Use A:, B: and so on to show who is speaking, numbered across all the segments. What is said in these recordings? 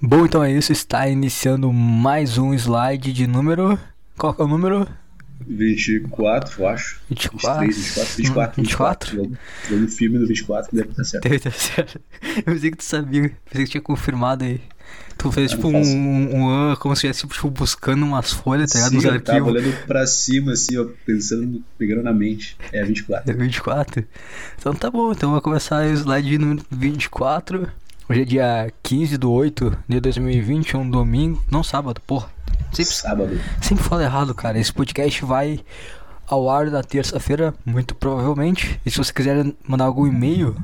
A: Bom, então é isso. Está iniciando mais um slide de número. Qual que é o número?
B: 24, eu acho.
A: 24?
B: 23, 24,
A: 24?
B: 24. 24. Tem um filme do 24 que deve estar certo.
A: Deve ter certo. Eu pensei que tu sabia. Pensei que tinha confirmado aí. Tu fez
B: Ah,
A: tipo um,
B: faço.
A: um, um ah, como se estivesse tipo, buscando umas folhas, tá ligado?
B: Sim,
A: Nos
B: eu tava
A: arquivos.
B: olhando pra cima, assim, ó, pensando, pegando na mente. É 24.
A: É 24? Então tá bom, então vai começar aí o slide número 24. Hoje é dia 15 do 8 de 2020, um domingo. Não, sábado, porra. Sempre,
B: Sábado.
A: sempre falo errado, cara. Esse podcast vai ao ar na terça-feira, muito provavelmente. E se você quiser mandar algum e-mail,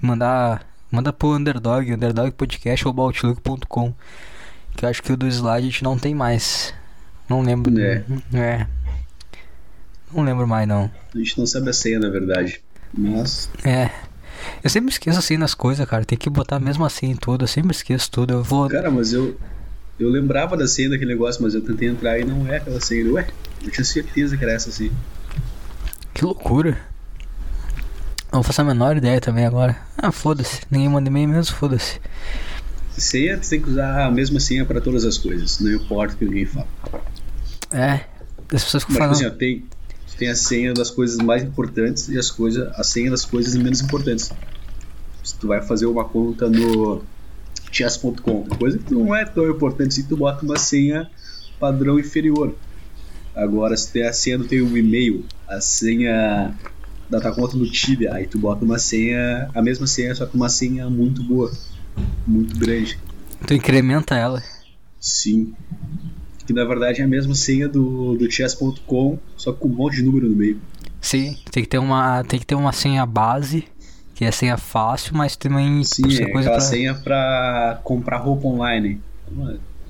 A: mandar. Manda pro underdog, underdogpodcast.outlook.com. Que eu acho que o do slide a gente não tem mais. Não lembro.
B: É.
A: É. Não lembro mais não.
B: A gente não sabe a senha, na verdade. Mas
A: É. Eu sempre esqueço assim nas coisas, cara. Tem que botar mesmo assim em tudo. Eu sempre esqueço tudo. Eu vou.
B: Cara, mas eu. Eu lembrava da senha daquele negócio, mas eu tentei entrar e não é aquela senha. Ué, eu tinha certeza que era essa assim. senha.
A: Que loucura. Não faço a menor ideia também agora. Ah, foda-se. Ninguém manda e-mail mesmo, foda-se.
B: Senha, tu tem que usar a mesma senha pra todas as coisas, não importa o que ninguém fala.
A: É. As pessoas ficam
B: Mas, tipo assim, ó,
A: falando.
B: tem, tu tem a senha das coisas mais importantes e as coisa, a senha das coisas menos importantes. Se tu vai fazer uma conta no chess.com, uma coisa que não é tão importante, se tu bota uma senha padrão inferior. Agora, se tem a senha do teu e-mail, a senha da tua conta no Tibia, aí tu bota uma senha, a mesma senha, só que uma senha muito boa, muito grande.
A: Tu incrementa ela.
B: Sim. Que na verdade é a mesma senha do, do chess.com, só que com um monte de número no meio.
A: Sim. Tem que ter uma. Tem que ter uma senha base. Que é senha fácil, mas também
B: Sim,
A: precisa
B: é aquela senha pra comprar roupa online.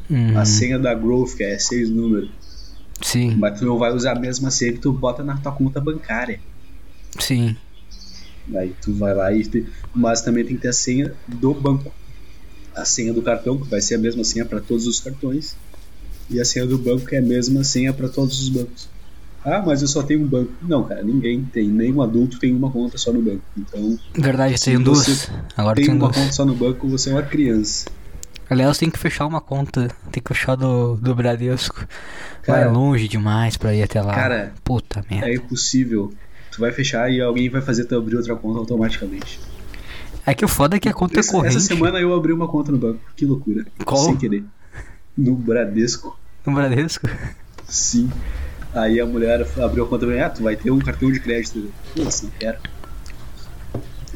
A: Hum,
B: A senha da Growth, que é seis números.
A: Sim,
B: Mas tu não vai usar a mesma senha que tu bota na tua conta bancária.
A: sim.
B: Aí tu vai lá e. te- Mas também tem que ter a senha do banco. A senha do cartão, que vai ser a mesma senha para todos os cartões. E a senha do banco, que é a mesma senha para todos os bancos. Ah, mas eu só tenho um banco. Não, cara, ninguém tem. Nenhum adulto tem uma conta só no banco. Então,
A: Verdade, eu
B: Se
A: tenho duas.
B: você
A: Agora eu
B: tem
A: tenho
B: uma
A: duas.
B: conta só no banco, você é uma criança.
A: Aliás, tem que fechar uma conta. Tem que fechar do, do Bradesco.
B: Cara-
A: Vai longe demais pra ir até lá.
B: Cara,
A: Puta merda.
B: É impossível. Tu vai fechar e alguém vai fazer tu abrir outra conta automaticamente.
A: É que o foda é que a conta é
B: Essa,
A: corrente.
B: essa semana eu abri uma conta no banco. Que loucura.
A: Qual?
B: Sem querer. No Bradesco.
A: No Bradesco.
B: Sim. Aí a mulher abriu a conta e falou, ah, tu vai ter um cartão de crédito. Nossa, não quero.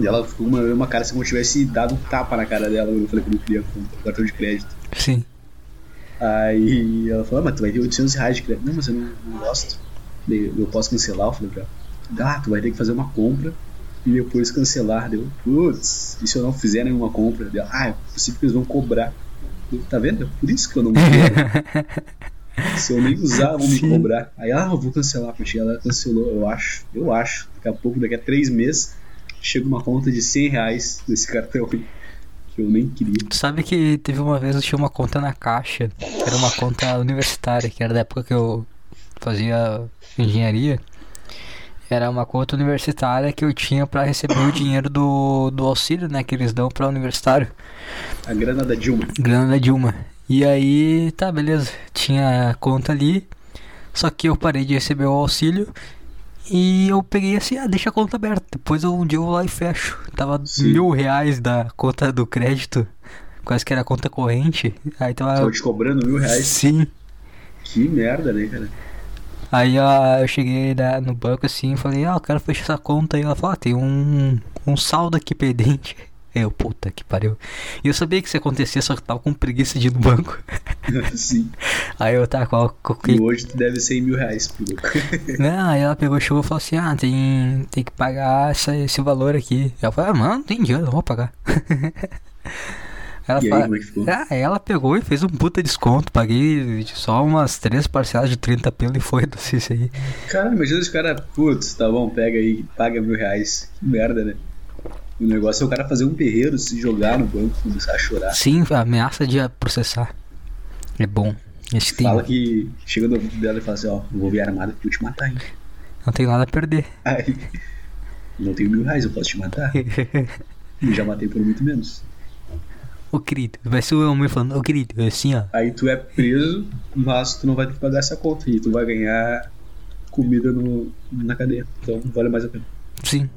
B: E ela ficou uma, uma cara assim como se eu tivesse dado um tapa na cara dela. Eu falei que eu não queria um cartão de crédito.
A: Sim.
B: Aí ela falou, ah, mas tu vai ter 800 reais de crédito. Não, mas eu não, não gosto. Daí Eu, eu posso cancelar, eu falei pra ela. Ah, tu vai ter que fazer uma compra e depois cancelar. Deu, putz, e se eu não fizer nenhuma compra? Deu, ah, é possível que eles vão cobrar. Eu, tá vendo? É por isso que eu não quero. se eu nem usar, vão me
A: Sim.
B: cobrar. Aí, ah, eu vou cancelar, porque ela cancelou, eu acho, eu acho. Daqui a pouco, daqui a três meses, chega uma conta de 100 reais desse cartão aí, que eu nem queria.
A: Tu sabe que teve uma vez eu tinha uma conta na caixa. que Era uma conta universitária, que era da época que eu fazia engenharia. Era uma conta universitária que eu tinha pra receber o dinheiro do, do auxílio, né? Que eles dão pra universitário.
B: A grana da Dilma.
A: grana da Dilma. E aí, tá, beleza. Tinha a conta ali. Só que eu parei de receber o auxílio. E eu peguei assim, ah, deixa a conta aberta. Depois eu, um dia eu vou lá e fecho. Tava
B: Sim.
A: mil reais da conta do crédito. Quase que era a conta corrente. Aí
B: Tô
A: tava.
B: te cobrando mil reais.
A: Sim.
B: Que merda, né, cara?
A: Aí ó, eu cheguei na- no banco assim e falei, ah, eu quero fechar essa conta aí. Ela falou, ah, tem um, um saldo aqui pendente. Eu, puta que pariu. E eu sabia que isso acontecia, só que eu tava com preguiça de ir no banco.
B: Sim.
A: Aí eu tá qual qual
B: E
A: que.
B: hoje tu deve 100 mil reais, Pilu.
A: Né? Aí ela pegou chuva e falou assim: Ah, tem, tem que pagar essa, esse valor aqui. Ela falou: Ah, mano, não tem dinheiro, não vou pagar. ela
B: E aí,
A: fala-
B: como é que ficou?
A: Ah, aí ela pegou e fez um puta desconto. Paguei só umas três parcelas de 30 pelo e foi do isso aí.
B: Cara, imagina os caras, putz, tá bom, pega aí, paga mil reais. Que merda, né? O negócio é o cara fazer um perreiro, se jogar no banco, começar a chorar.
A: Sim, a ameaça de processar. É bom. Esse tem, um-
B: Fala que chega no ouvido dela e fala assim: ó, eu vou vir armado que eu vou te matar, hein?
A: não tem nada a perder.
B: Aí, não tenho mil reais, eu posso te matar. E já matei por muito menos.
A: Ô querido, vai ser o homem falando, ô querido, assim ó.
B: Aí tu é preso, mas tu não vai ter que pagar essa conta e tu vai ganhar comida no, na cadeia. Então vale mais a pena.
A: Sim.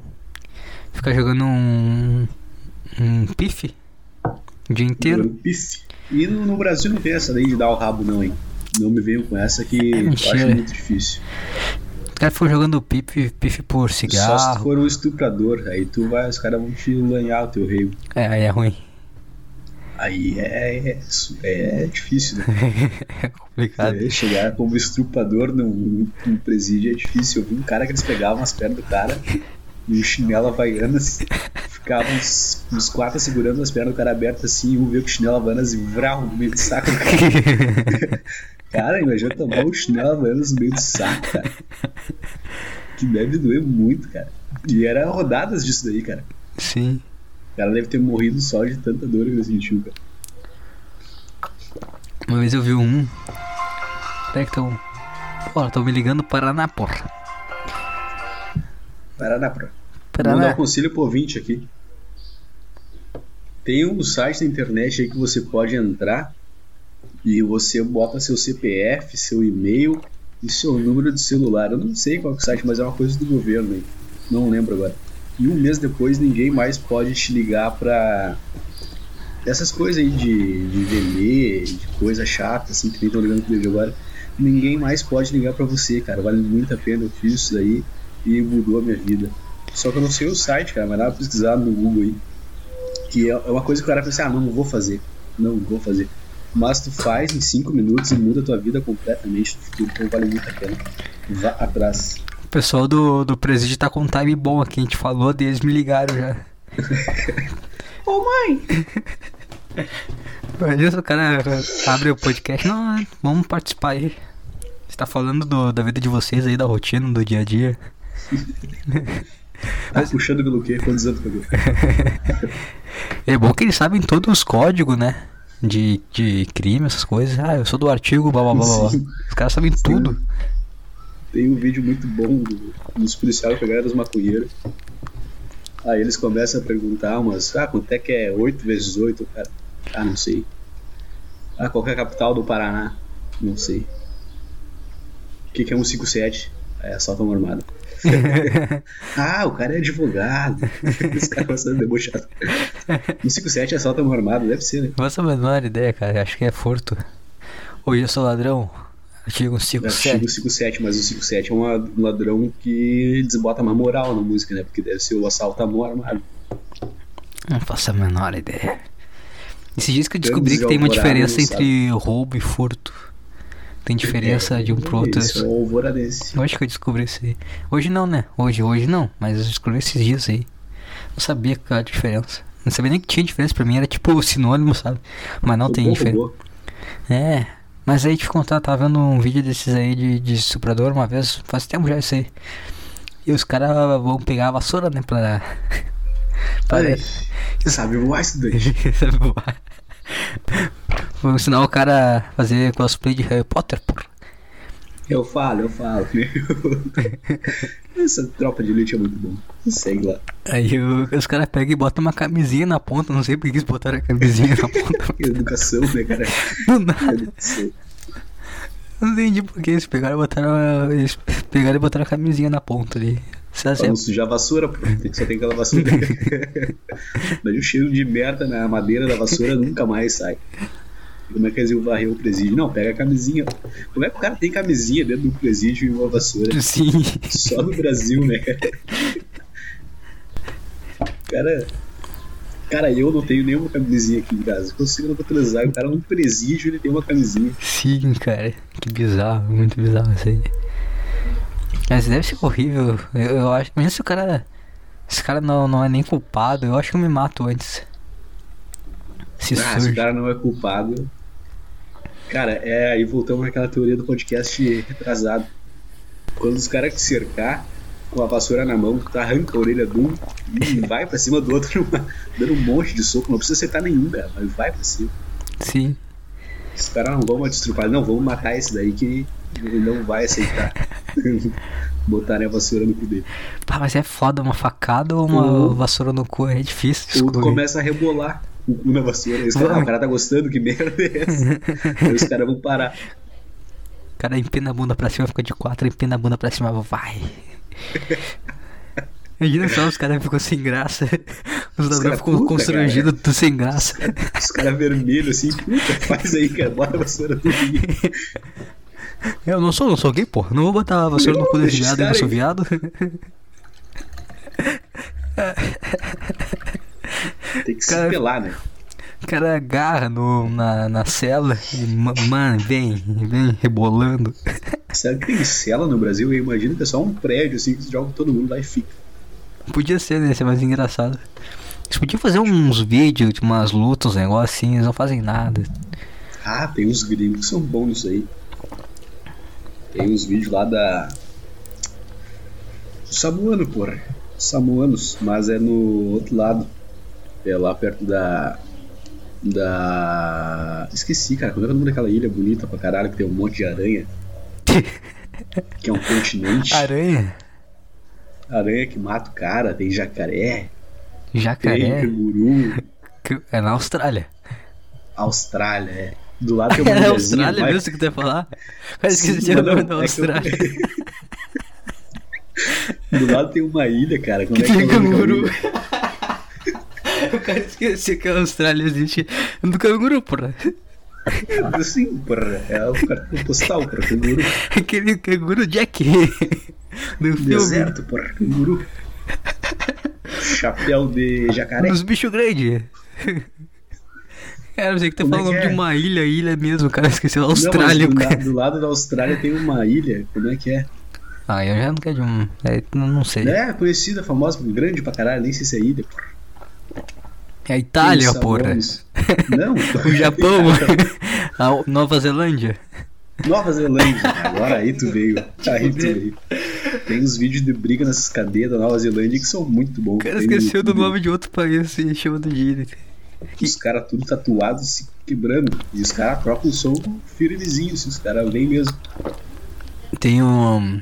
A: Ficar jogando um. um pife o dia inteiro.
B: Jogando pife. E no, no Brasil não tem essa daí de dar o rabo, não, hein? Não me venham com essa que eu acho
A: É mentira.
B: muito difícil.
A: Os caras ficam jogando pife, pife por
B: Só se tu
A: cigarro.
B: for um estuprador, aí tu vai, os caras vão te lanhar o teu rei.
A: É, aí é ruim.
B: Aí é, é, é difícil, né?
A: é complicado.
B: É, chegar como estrupador num, num presídio é difícil. Eu vi um cara que eles pegavam as pernas do cara e chinela havaianas. assim, Ficavam uns, uns quatro segurando as pernas do cara abertas assim, e um veio com chinela havaianas e vrau no meio do saco do cara. Cara, imagina tomar um chinelo havaianas no meio do saco, cara. Que deve doer muito, cara. E era rodadas disso daí, cara.
A: Sim.
B: O cara deve ter morrido só de tanta dor que ele sentiu, cara.
A: Uma vez eu vi um. Será que estão. Porra, estão me ligando Paraná, porra.
B: Paraná, pro. Vou dar
A: Paraná.
B: um conselho pro ouvinte aqui. Tem um site na internet aí que você pode entrar e você bota seu CPF, seu e-mail e seu número de celular. Eu não sei qual que é o site, mas é uma coisa do governo aí. Não lembro agora. E um mês depois ninguém mais pode te ligar pra. Essas coisas aí de, de vender, de coisa chata, assim, que nem estão ligando comigo agora. Ninguém mais pode ligar pra você, cara. Vale muito a pena, eu fiz isso daí e mudou a minha vida. Só que eu não sei o site, cara, mas dá uma pesquisada no Google aí. Que é é uma coisa que o cara pensa, ah, não, não vou fazer. Não, não vou fazer. Mas tu faz em 5 minutos e muda a tua vida completamente no futuro, então vale muito a pena. Vá atrás.
A: O pessoal do, do presídio tá com um time bom aqui. A gente falou deles, me ligaram já.
B: Ô mãe!
A: Imagina se o cara abre o podcast. Não, vamos participar aí. Você tá falando do- da vida de vocês aí, da rotina, do dia a dia.
B: Tá puxando pelo quê? Quantos anos pegou?
A: É bom que eles sabem todos os códigos, né? De, de crime, essas coisas. Ah, eu sou do artigo, blá blá blá blá.
B: Sim.
A: Os caras sabem tudo.
B: Tem um vídeo muito bom do- dos policiais pegaram os maconheiros. Aí eles começam a perguntar umas, ah, quanto é que é 8 vezes 8? Cara, ah, não sei. Ah, qual que é a capital do Paraná? Não sei. O que, que é 157? É assalto à mão armada. ah, o cara é advogado. Os caras começam a debochar. 157 é assalto à mão armada, deve ser, né?
A: Não faço a menor ideia, cara. Acho que é furto. Hoje eu sou ladrão. Artigo
B: Eu É,
A: 57.
B: Artigo 57, mas o 57 é uma- um ladrão que desbota mais moral na música, né? Porque deve ser o assalto à mão armada.
A: Não faço a menor ideia. Esses dias que eu
B: Tantos
A: descobri que
B: é
A: tem uma
B: alvorada,
A: diferença
B: não sabe.
A: entre roubo e furto. Tem diferença de um pro outro.
B: Esse é o alvoradense.
A: Hoje que eu descobri isso aí. Hoje não, né? Hoje, hoje não. Mas eu descobri esses dias aí. Não sabia qual era a diferença. Não sabia nem que tinha diferença pra mim. Era tipo sinônimo, sabe? Mas não tem
B: Roubou,
A: diferença.
B: roubou.
A: É, mas aí te contar, tava vendo um vídeo desses aí de, de estuprador uma vez, faz tempo já isso aí. E os caras vão pegar a vassoura, né, pra.
B: Olha aí. Você sabe voar, estudante?
A: Sabe voar. Vão ensinar o cara a fazer cosplay de Harry Potter, porra.
B: Eu falo, eu falo. né? Essa tropa de elite é muito bom. Segue lá.
A: Aí o- os caras pegam e botam uma camisinha na ponta, não sei por que eles botaram a camisinha na ponta.
B: Educação, né, cara?
A: Do nada.
B: Educação.
A: Não entendi por que eles pegaram e botaram a, eles pegaram e botaram a camisinha na ponta ali. Será que
B: Pra
A: é
B: não sujar a vassoura, pô. Tem- Só tem aquela vassoura. Mas o cheiro de merda na madeira da vassoura nunca mais sai. Como é que eles iam varrer o presídio? Não, pega a camisinha. Como é que o cara tem camisinha dentro do presídio e uma vassoura?
A: Sim.
B: Só no Brasil, né? cara. Cara, eu não tenho nenhuma camisinha aqui em casa. Consigo não vou transar. O cara é um presídio, ele tem uma camisinha.
A: Sim, cara. Que bizarro, muito bizarro isso aí. Mas deve ser horrível. Eu, eu acho. Mesmo se o cara. Esse cara não, não é nem culpado, eu acho que eu me mato antes. Se
B: Ah, se o
A: surge.
B: cara não é culpado. Cara, é aí voltamos àquela teoria do podcast retrasado. Quando os caras te cercar com a vassoura na mão, tu arranca a orelha de um e vai pra cima do outro, dando um monte de soco. Não precisa acertar nenhum, cara, mas vai pra cima.
A: Sim.
B: Os caras não vão mais destrupar, não, vamos matar esse daí que ele não vai aceitar. Botarem a vassoura no cu dele.
A: Pá, mas é foda uma facada ou uma
B: Ou-
A: vassoura no cu, é difícil.
B: Ou tu
A: excluir.
B: começa a rebolar. o cu na vassoura. Os cara, ah, o cara tá gostando, que merda é essa? Aí os caras vão parar.
A: O cara empina a bunda pra cima, fica de quatro, empina a bunda pra cima, vai. Imagina só, os caras ficam sem graça. Os ladrões
B: cara,
A: ficam
B: puta,
A: constrangidos, tu sem graça.
B: Os caras vermelhos assim, puta, faz aí, cara, bota a vassoura no rio.
A: Eu não sou, não sou gay, porra. Não vou botar a vassoura no
B: Não,
A: cu desse
B: deixa os
A: viado, eu não
B: caras
A: sou
B: aí.
A: viado.
B: Tem que
A: Cara,
B: se pelar, né?
A: O cara agarra no, na, na cela e, ma- mano, vem, vem rebolando.
B: Será que tem cela no Brasil? Eu imagino que é só um prédio assim que joga todo mundo lá e fica.
A: Podia ser, né? Ia ser mais engraçado. Eles podiam fazer uns vídeos, tipo, umas lutas, uns negócios assim, eles não fazem nada.
B: Ah, tem uns gringos que são bons nisso aí. Tem uns vídeos lá da. do Samuano, porra. Samuanos, mas é no outro lado. É lá perto da. Da. Esqueci, cara. Como é que é o nome daquela ilha bonita pra caralho que tem um monte de aranha? que é um continente.
A: Aranha,
B: Aranha que mata o cara, tem jacaré, tem
A: jacaré,
B: canguru.
A: que- é na Austrália.
B: Austrália, é. Do lado tem uma
A: É na
B: mulherzinha,
A: Austrália
B: vai-
A: mesmo que tu ia falar? Cara,
B: Sim,
A: esqueci o
B: não,
A: nome da
B: é que eu-
A: Austrália.
B: Do lado tem uma ilha, cara. Como
A: Que
B: é que é o
A: tem
B: nome daquela
A: canguru.
B: ilha?
A: O cara esqueceu que a Austrália existe do canguru, porra.
B: É, Sim, porra. É o cartão postal, porra. Canguru.
A: Aquele canguru Jack. Do filme.
B: Deserto, porra. Canguru. Chapéu de jacaré.
A: Dos bichos grandes. Cara, eu sei que tá
B: Como é
A: falando o
B: que
A: nome de
B: é?
A: uma ilha, ilha mesmo, o cara esqueceu a
B: Não, mas
A: Austrália,
B: do,
A: o
B: la-
A: cara.
B: do lado da Austrália tem uma ilha. Como é que é?
A: Ah, eu já não quero de um. é, não- não sei. É,
B: É, conhecida, famosa, grande pra caralho. Nem sei se é ilha, porra.
A: É a Itália,
B: Tem
A: porra.
B: sabores. Não.
A: O Japão. a Nova Zelândia.
B: Nova Zelândia. Agora aí tu veio.
A: Tipo,
B: Aí tu veio. Tem uns vídeos de briga nessas cadeias da Nova Zelândia que são muito bons.
A: O cara
B: Tem no
A: esqueceu do
B: YouTube.
A: nome de outro país e chama do Giri.
B: Os caras tudo tatuados se quebrando. E os caras trocam o som com firmezinho. Se os caras vêm mesmo.
A: Tem um.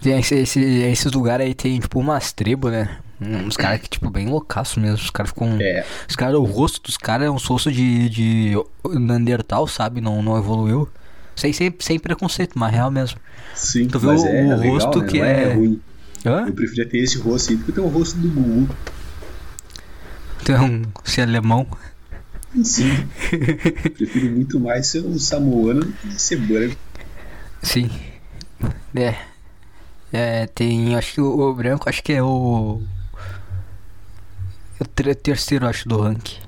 A: Tem esse, esse- esses lugares aí, tem tipo umas tribos, né? Uns caras que, tipo, bem loucaços mesmo. Os caras ficam.
B: É,
A: Os cara, o rosto dos caras é um rosto de, de Neandertal, sabe? Não, não evoluiu. Sem, sem, sem preconceito, mas real mesmo.
B: sim.
A: Tu vê
B: mas
A: o-
B: é,
A: o
B: é legal,
A: rosto
B: né?
A: que
B: Não
A: é-
B: ruim.
A: Hã?
B: Eu preferia ter esse rosto aí do que ter o rosto do Gugu.
A: Tem um ser alemão.
B: Sim. Prefiro muito mais ser um samoano do que ser branco.
A: Sim. É. É, tem. Acho que o, o branco, acho que é o. é O tre- terceiro, acho, do ranking.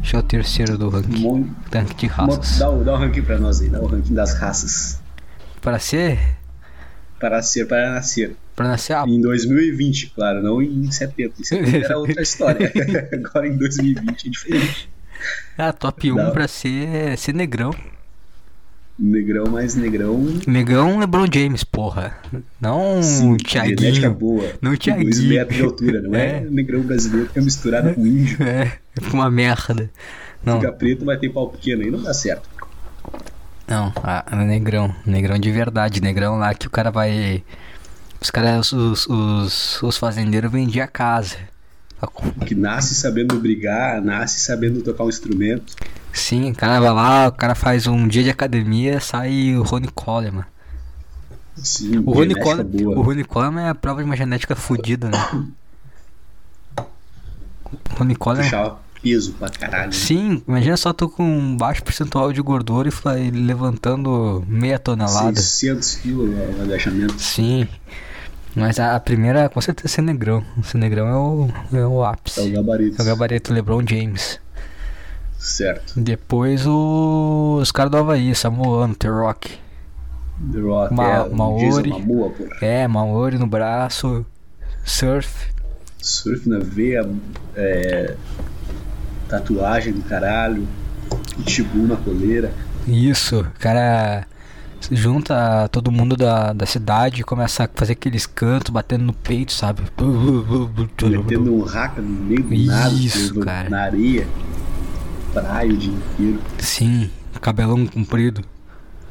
A: Acho que é o terceiro do
B: Um
A: ranking.
B: monte-
A: Tanque de
B: mo-
A: raças.
B: Dá, o- dá o ranking pra nós aí. Dá o ranking das raças.
A: Para ser.
B: Para ser, para nascer.
A: Para nascer a.
B: Em 2020, claro, não em 70. Em 70 era outra história. Agora em 2020 é diferente.
A: Ah, top 1
B: Não.
A: pra ser. ser negrão.
B: Negrão mais negrão.
A: Negão é LeBron James, porra. Não
B: Sim,
A: o
B: Genética
A: Hum,
B: é
A: Thiaguinho.
B: boa.
A: Não Thiaguinho.
B: Dois metros de altura, não é?
A: É.
B: Negrão brasileiro que é misturado com índio.
A: É, fica uma merda. Não,
B: Fica preto, vai ter pau pequeno aí, não dá certo.
A: não, ah, negrão. Negrão de verdade. Negrão lá que o cara vai. Os caras, os, os, os fazendeiros vendiam a casa.
B: Que nasce sabendo brigar, nasce sabendo tocar um instrumento.
A: Sim, o cara vai lá, o cara faz um dia de academia, sai o Rony Coleman.
B: Sim,
A: O Rony,
B: genética
A: Coleman,
B: boa.
A: o Rony Coleman é a prova de uma genética fodida, né? O Rony Coleman
B: Puxava peso pra caralho.
A: Sim, imagina só tu com um baixo percentual de gordura e fa- e levantando meia tonelada.
B: 600 né? quilos no agachamento.
A: Sim. Mas a, a primeira, com certeza, é ser negrão. Ser negrão é o, é o
B: É o
A: ápice.
B: gabarito.
A: É o gabarito LeBron James.
B: Certo.
A: Depois o- os caras do Havaí, Samoano, The Rock.
B: The Rock
A: Ma-
B: é um
A: Maori.
B: diesel, uma boa, porra.
A: É, Maori no braço, surf.
B: Surf na veia, é, tatuagem do caralho, pitbull na coleira.
A: Isso, o cara junta todo mundo da, da cidade e começa a fazer aqueles cantos batendo no peito, sabe?
B: metendo um raca no meio do nada,
A: Isso,
B: no-
A: cara.
B: na areia, praia o dia inteiro,
A: Sim, cabelão comprido.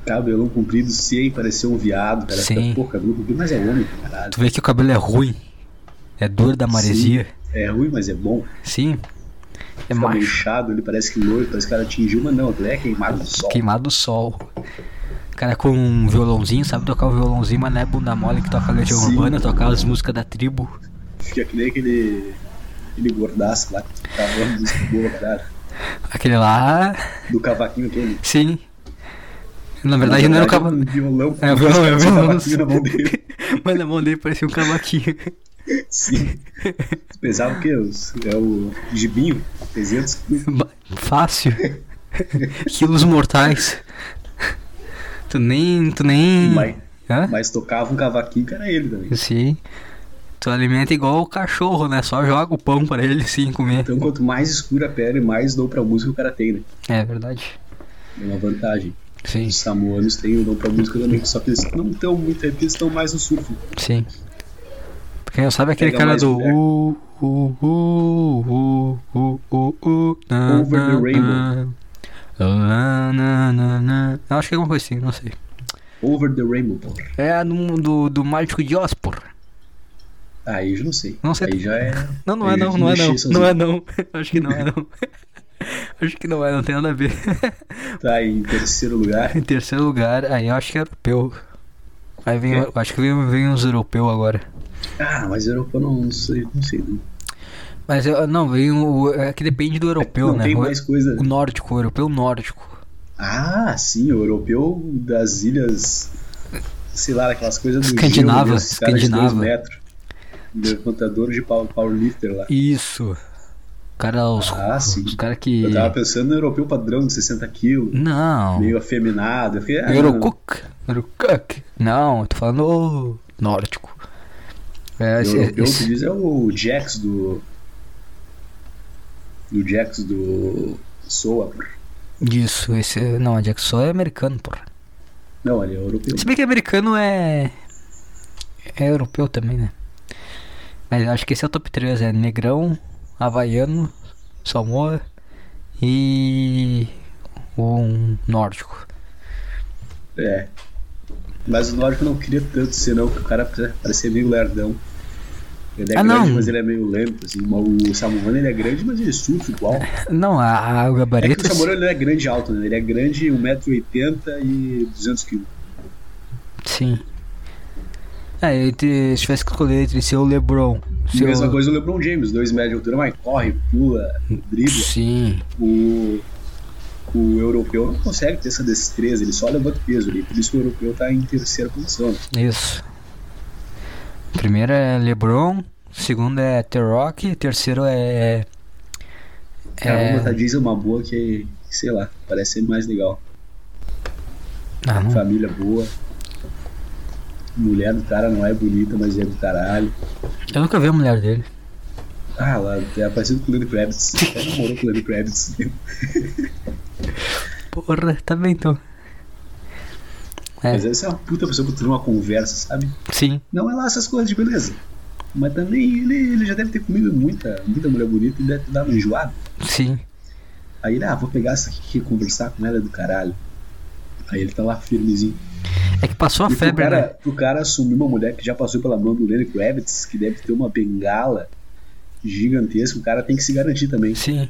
B: cabelão comprido, sem parecer um viado, cara,
A: Sim.
B: fica, pô, cabelo comprido, mas é homem, caralho.
A: Tu vê que o cabelo é ruim. É duro da maresia.
B: é ruim, mas é bom.
A: Sim. É
B: Fica
A: macho.
B: manchado, ele parece que loiro, parece que o cara atingiu, mas não, aquilo é queimado do sol.
A: Queimado do sol. O cara com um violãozinho, sabe tocar o violãozinho, mas não é bunda mole que toca legião
B: Sim.
A: urbana, tocar as músicas da tribo.
B: Fica que nem aquele, aquele gordaço lá que tava na música boa, cara.
A: Aquele lá,
B: Do cavaquinho aquele.
A: sim. Na verdade, não era o cavalo.
B: Um violão.
A: É, o violão, é o violão.
B: Cavaquinho na mão dele.
A: Mas na mão dele parecia um cavaquinho.
B: Sim. assim. Pesava o quê? Os- É o gibinho? 300 quilos.
A: Ba- Fácil. Quilos mortais. Tu nem. Tu nem.
B: Mas,
A: Hã?
B: mas tocava um cavaquinho, que era ele também.
A: Sim. Tu alimenta igual o cachorro, né? Só joga o pão pra ele sim comer.
B: Então, quanto mais escura a pele, mais dom pra música o cara tem, né?
A: É verdade.
B: É uma vantagem.
A: Sim,
B: Os samoanos têm o dom pra música também, só que eles não estão muito, é porque eles estão mais no surf.
A: sim. Pra quem não sabe, é aquele
B: Pega
A: cara
B: mais
A: do.
B: mulher.
A: U, u, u, u, u, u, u, na,
B: Over the
A: na,
B: rainbow.
A: na, na, na, na. Eu Acho que é alguma coisa assim, não sei.
B: Over the Rainbow, pô.
A: É a do, do, do Mágico de Oz, porra.
B: Aí eu já não sei.
A: Não sei.
B: Aí já é.
A: Não, não é
B: Aí
A: não, não é
B: mexer
A: não.
B: sozinho.
A: Não é não. Acho que não é não. Acho que não é, não tem nada a ver.
B: Tá em terceiro lugar.
A: Em terceiro lugar, aí eu acho que é europeu. Aí vem, eu acho que vem, vem uns europeus agora.
B: Ah, mas Europa não, não sei, não sei. Não,
A: Mas eu, não, vem o. É que depende do europeu,
B: não
A: né?
B: tem
A: o,
B: mais coisa.
A: o nórdico, o europeu nórdico.
B: Ah, sim, o europeu das ilhas. Sei lá, aquelas coisas do
A: Escandinava,
B: gelo, né? Esses caras de dois
A: escandinava.
B: metros. Levantador de pow- powerlifter lá.
A: Isso. Cara, os,
B: Ah, sim.
A: os cara que.
B: Eu tava pensando no europeu padrão de 60 quilos,
A: Não.
B: meio afeminado. Eu fiquei, ah,
A: Eurocook. Eurocook. Não, eu tô falando nórdico. É,
B: não.
A: esse-
B: europeu
A: esse-
B: que diz é o Jax do. Do Jax do. Soa.
A: isso, esse. Não, Jackson é americano, porra.
B: Não, ele é europeu.
A: Se bem que americano é. É europeu também, né? Mas acho que esse é o top 3, é Negrão, Havaiano, Salmoa e. um nórdico.
B: É. Mas o Nórdico não queria tanto ser, não, que o cara pare- parecia meio lerdão. Ele é
A: Ah,
B: grande,
A: não.
B: mas ele é meio lento, assim. O Samuano ele é grande, mas ele surfa igual.
A: Não, a, a o
B: É que
A: gabarito.
B: o Samuano ele é grande e alto, né? Ele é grande, 1,80m e 200kg.
A: sim. É, entre, se tivesse que escolher entre ser o Lebron.
B: E
A: Seu...
B: a mesma coisa o LeBron James, 2 metros de altura, mas corre, pula, dribla.
A: Sim.
B: O, o europeu não consegue ter essa destreza, ele só levanta peso ali. Por isso que o europeu tá em terceira posição. né?
A: Isso. Primeiro é LeBron, segundo é The Rock, terceiro é.
B: Cara,
A: é-
B: Ah, vamos botar Jason uma boa que, sei lá, parece ser mais legal.
A: Ah, não
B: família boa. Mulher do cara não é bonita, mas é do caralho.
A: Eu nunca vi a mulher dele.
B: Ah, lá, é parecido com o Lenny Kravitz. Até namorou com o Lenny Kravitz.
A: É. Porra, tá bem então. É,
B: Mas essa é uma puta pessoa pra ter uma conversa, sabe?
A: sim.
B: Não é lá essas coisas de beleza. Mas também ele, ele já deve ter comido muita, muita mulher bonita e deve ter dado um enjoado.
A: Sim.
B: Aí ele, ah, vou pegar essa aqui e conversar com ela é do caralho. Aí ele tá lá firmezinho.
A: É que passou a
B: E pro
A: febre,
B: cara,
A: né?
B: pro cara assumir uma mulher que já passou pela mão do Lenny Kravitz, que deve ter uma bengala gigantesca, o cara tem que se garantir também.
A: Sim.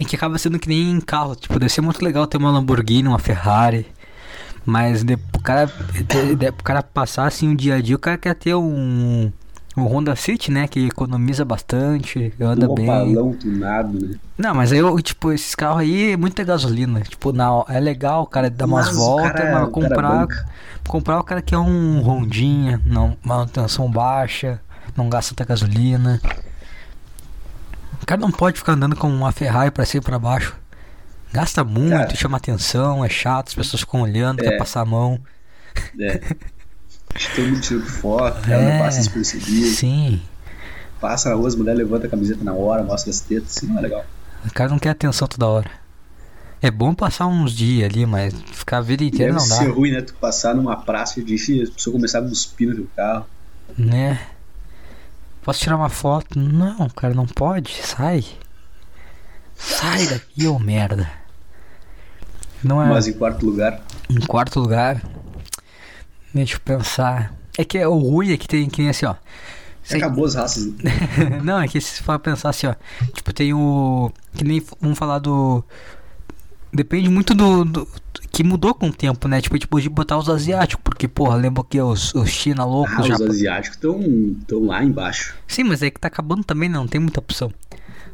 A: E que acaba sendo que nem em carro. Tipo, deve ser muito legal ter uma Lamborghini, uma Ferrari. Mas de, pro, cara, de, de- pro cara passar assim o dia a dia, o cara quer ter um, um Honda City, né? Que economiza bastante, anda
B: um
A: bem.
B: opalão tunado, né?
A: Não, mas aí, eu, tipo, esses carros aí é muita gasolina. Tipo, não, é legal o cara dar umas
B: Mas o
A: voltas,
B: cara-
A: mas
B: o cara
A: comprar.
B: banca.
A: Comprar o cara que é um rondinha, não, manutenção baixa, não gasta tanta gasolina. O cara não pode ficar andando com uma Ferrari pra cima e pra baixo. Gasta muito,
B: Cara.
A: chama atenção, é chato, as pessoas ficam olhando, quer
B: É.
A: passar a mão.
B: É. Todo mundo tirando foto, ela
A: É.
B: não passa despercebido.
A: Sim.
B: Passa na rua, as mulheres levantam a camiseta na hora, mostra as tetas, assim não é legal.
A: O cara não quer atenção toda hora. É bom passar uns dias ali, mas ficar a vida inteira
B: Deve
A: não
B: ser
A: dá.
B: ruim, né? Tu passar numa praça e disse, a pessoa começar a cuspir no teu carro.
A: Né? Posso tirar uma foto? Não, cara, não pode. Sai. Sai daqui, ô merda. Não é.
B: Mas em quarto lugar,
A: Em quarto lugar, deixa eu pensar. É que é- o ruim é que tem que nem assim, ó. Sei-
B: Acabou as raças. né?
A: Não, é que se for pensar assim, ó. Tipo, tem o. Que nem f- vamos falar do. Depende muito do. do- que mudou com o tempo, né? Tipo, tipo, de botar os asiáticos, porque, porra, lembra que os, os China loucos
B: Ah,
A: já.
B: os asiáticos estão tão lá embaixo.
A: Sim, mas é que tá acabando também, né? Não tem muita opção.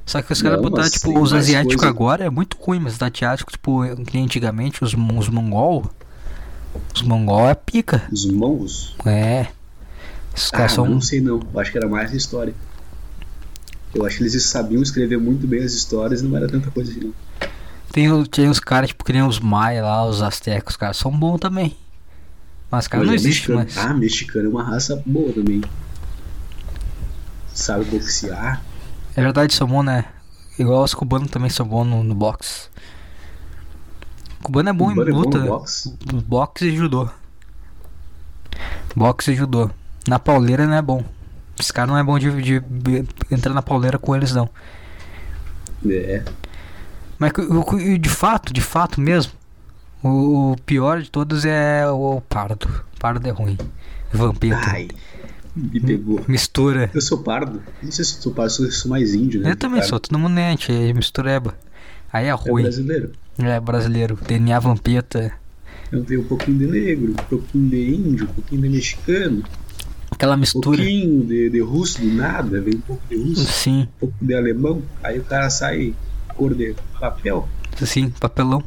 A: Só que os caras
B: Não,
A: botaram,
B: mas
A: tipo,
B: tem
A: os
B: mais
A: asiáticos
B: coisa.
A: agora é muito ruim, mas os asiáticos, tipo, que nem antigamente, os, mon- os mongol. Os mongol é pica.
B: Os mongos.
A: É. Os
B: Ah,
A: caras são.
B: eu não sei não. Eu acho que era mais a história. Eu acho que eles sabiam escrever muito bem as histórias e não era tanta coisa assim. não.
A: Tem, o- tem os caras, tipo, que nem os Maia lá, os Aztecas, os caras são bons também. Mas os caras
B: Mas
A: não
B: é
A: existem mais.
B: mexicano. Ah, mexicano é uma raça boa também. Sabe boxear.
A: É verdade, são bons, né? Igual os cubanos também são bons no, no boxe. Cubano é bom
B: Cubano
A: em
B: é bom
A: luta.
B: no boxe.
A: boxe e judô. Boxe e judô. Na pauleira não é bom. Esse cara não é bom de, de- de entrar na pauleira com eles, não.
B: É.
A: Mas cu- o cu- e de fato, de fato mesmo, o, o pior de todos é o, pardo. Pardo é ruim. Vampiro.
B: Ai. Me pegou.
A: Mistura.
B: Eu sou pardo. Não sei se eu sou pardo, eu sou- eu sou mais índio, né?
A: Eu também
B: Cara,
A: sou, todo mundo é anti, é mistureba. Aí é
B: É
A: ruim.
B: brasileiro.
A: É brasileiro. DNA vampeta.
B: Eu tenho um pouquinho de negro, um pouquinho de índio, um pouquinho de mexicano,
A: Aquela
B: um
A: mistura.
B: pouquinho de, de russo do nada, vem um pouco de russo,
A: Sim,
B: um pouco de alemão. Aí o cara sai cor de papel,
A: sim, papelão.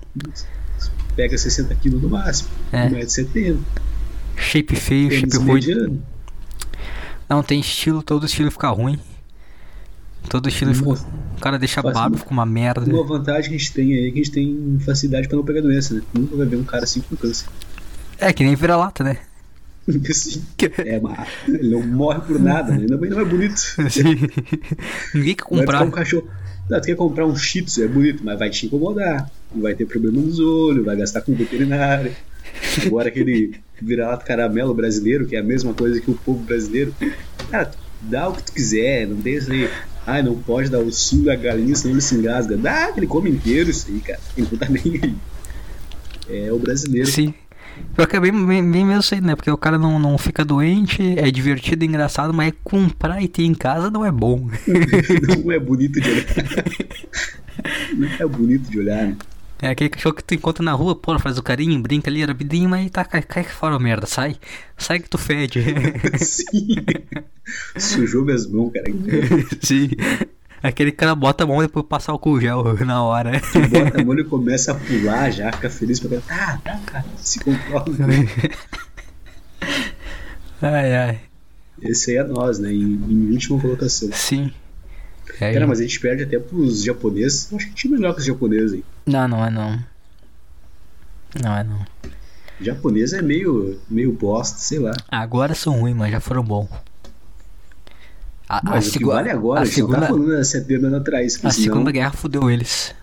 B: pega 60 quilos no máximo,
A: É.
B: 1,70m,
A: Shape feio,
B: tênis
A: shape ruim.
B: mediano.
A: Não, tem estilo, todo estilo fica ruim. Todo estilo fica.
B: Nossa.
A: O cara deixa
B: Faz
A: barba,
B: um-
A: fica uma merda.
B: Uma vantagem que a gente tem aí é que a gente tem facilidade pra não pegar doença, né? Nunca vai ver um cara assim com câncer.
A: É que nem vira-lata, né?
B: Assim, é, mas ele não morre por nada, né? Ainda bem não é bonito.
A: Assim, Ninguém quer
B: Vai
A: comprar.
B: ficar um cachorro. Não, tu quer comprar um Shih Tzu, é bonito, mas vai te incomodar. Vai ter problema nos olhos, vai gastar com veterinário. Agora aquele vira-lata caramelo brasileiro, que é a mesma coisa que o povo brasileiro. Cara, dá o que tu quiser, não tem isso aí. Ai, não pode dar o cio da galinha, senão ele se engasga. Dá, que ele come inteiro isso aí, cara. Ele não tá nem aí. É o brasileiro.
A: Sim. Pior que é bem, bem, bem mesmo isso aí, né? Porque o cara não, não fica doente, é divertido, engraçado, mas é comprar e ter em casa não é bom.
B: Não é bonito de olhar. Não é bonito de olhar, né?
A: É aquele cachorro que tu encontra na rua, porra, faz o carinho, brinca ali, rapidinho, mas tá, cai, cai fora a merda, sai. Sai que tu fede.
B: Sim. Sujou minhas mãos, cara.
A: Sim. Aquele cara bota a mão e depois passa álcool gel na hora.
B: Tu bota a mão e começa a pular já, fica feliz pra caralho. Tá, tá, cara, se controla.
A: Ai, ai.
B: Esse aí é nós, né? Em, em última colocação.
A: Sim. É,
B: Cara, mas a gente perde até pros japoneses. Eu acho que tinha melhor que os japoneses, hein?
A: Não, não é não. Não é não.
B: Japonês é meio, meio bosta, sei lá.
A: Ah, Agora são ruins, mas já foram bons. A, Ah, a
B: Mas o que
A: segu-
B: vale agora,
A: a
B: a gente não
A: segunda-
B: tá falando há 70 anos atrás.
A: A
B: porque senão-
A: Segunda Guerra fudeu eles.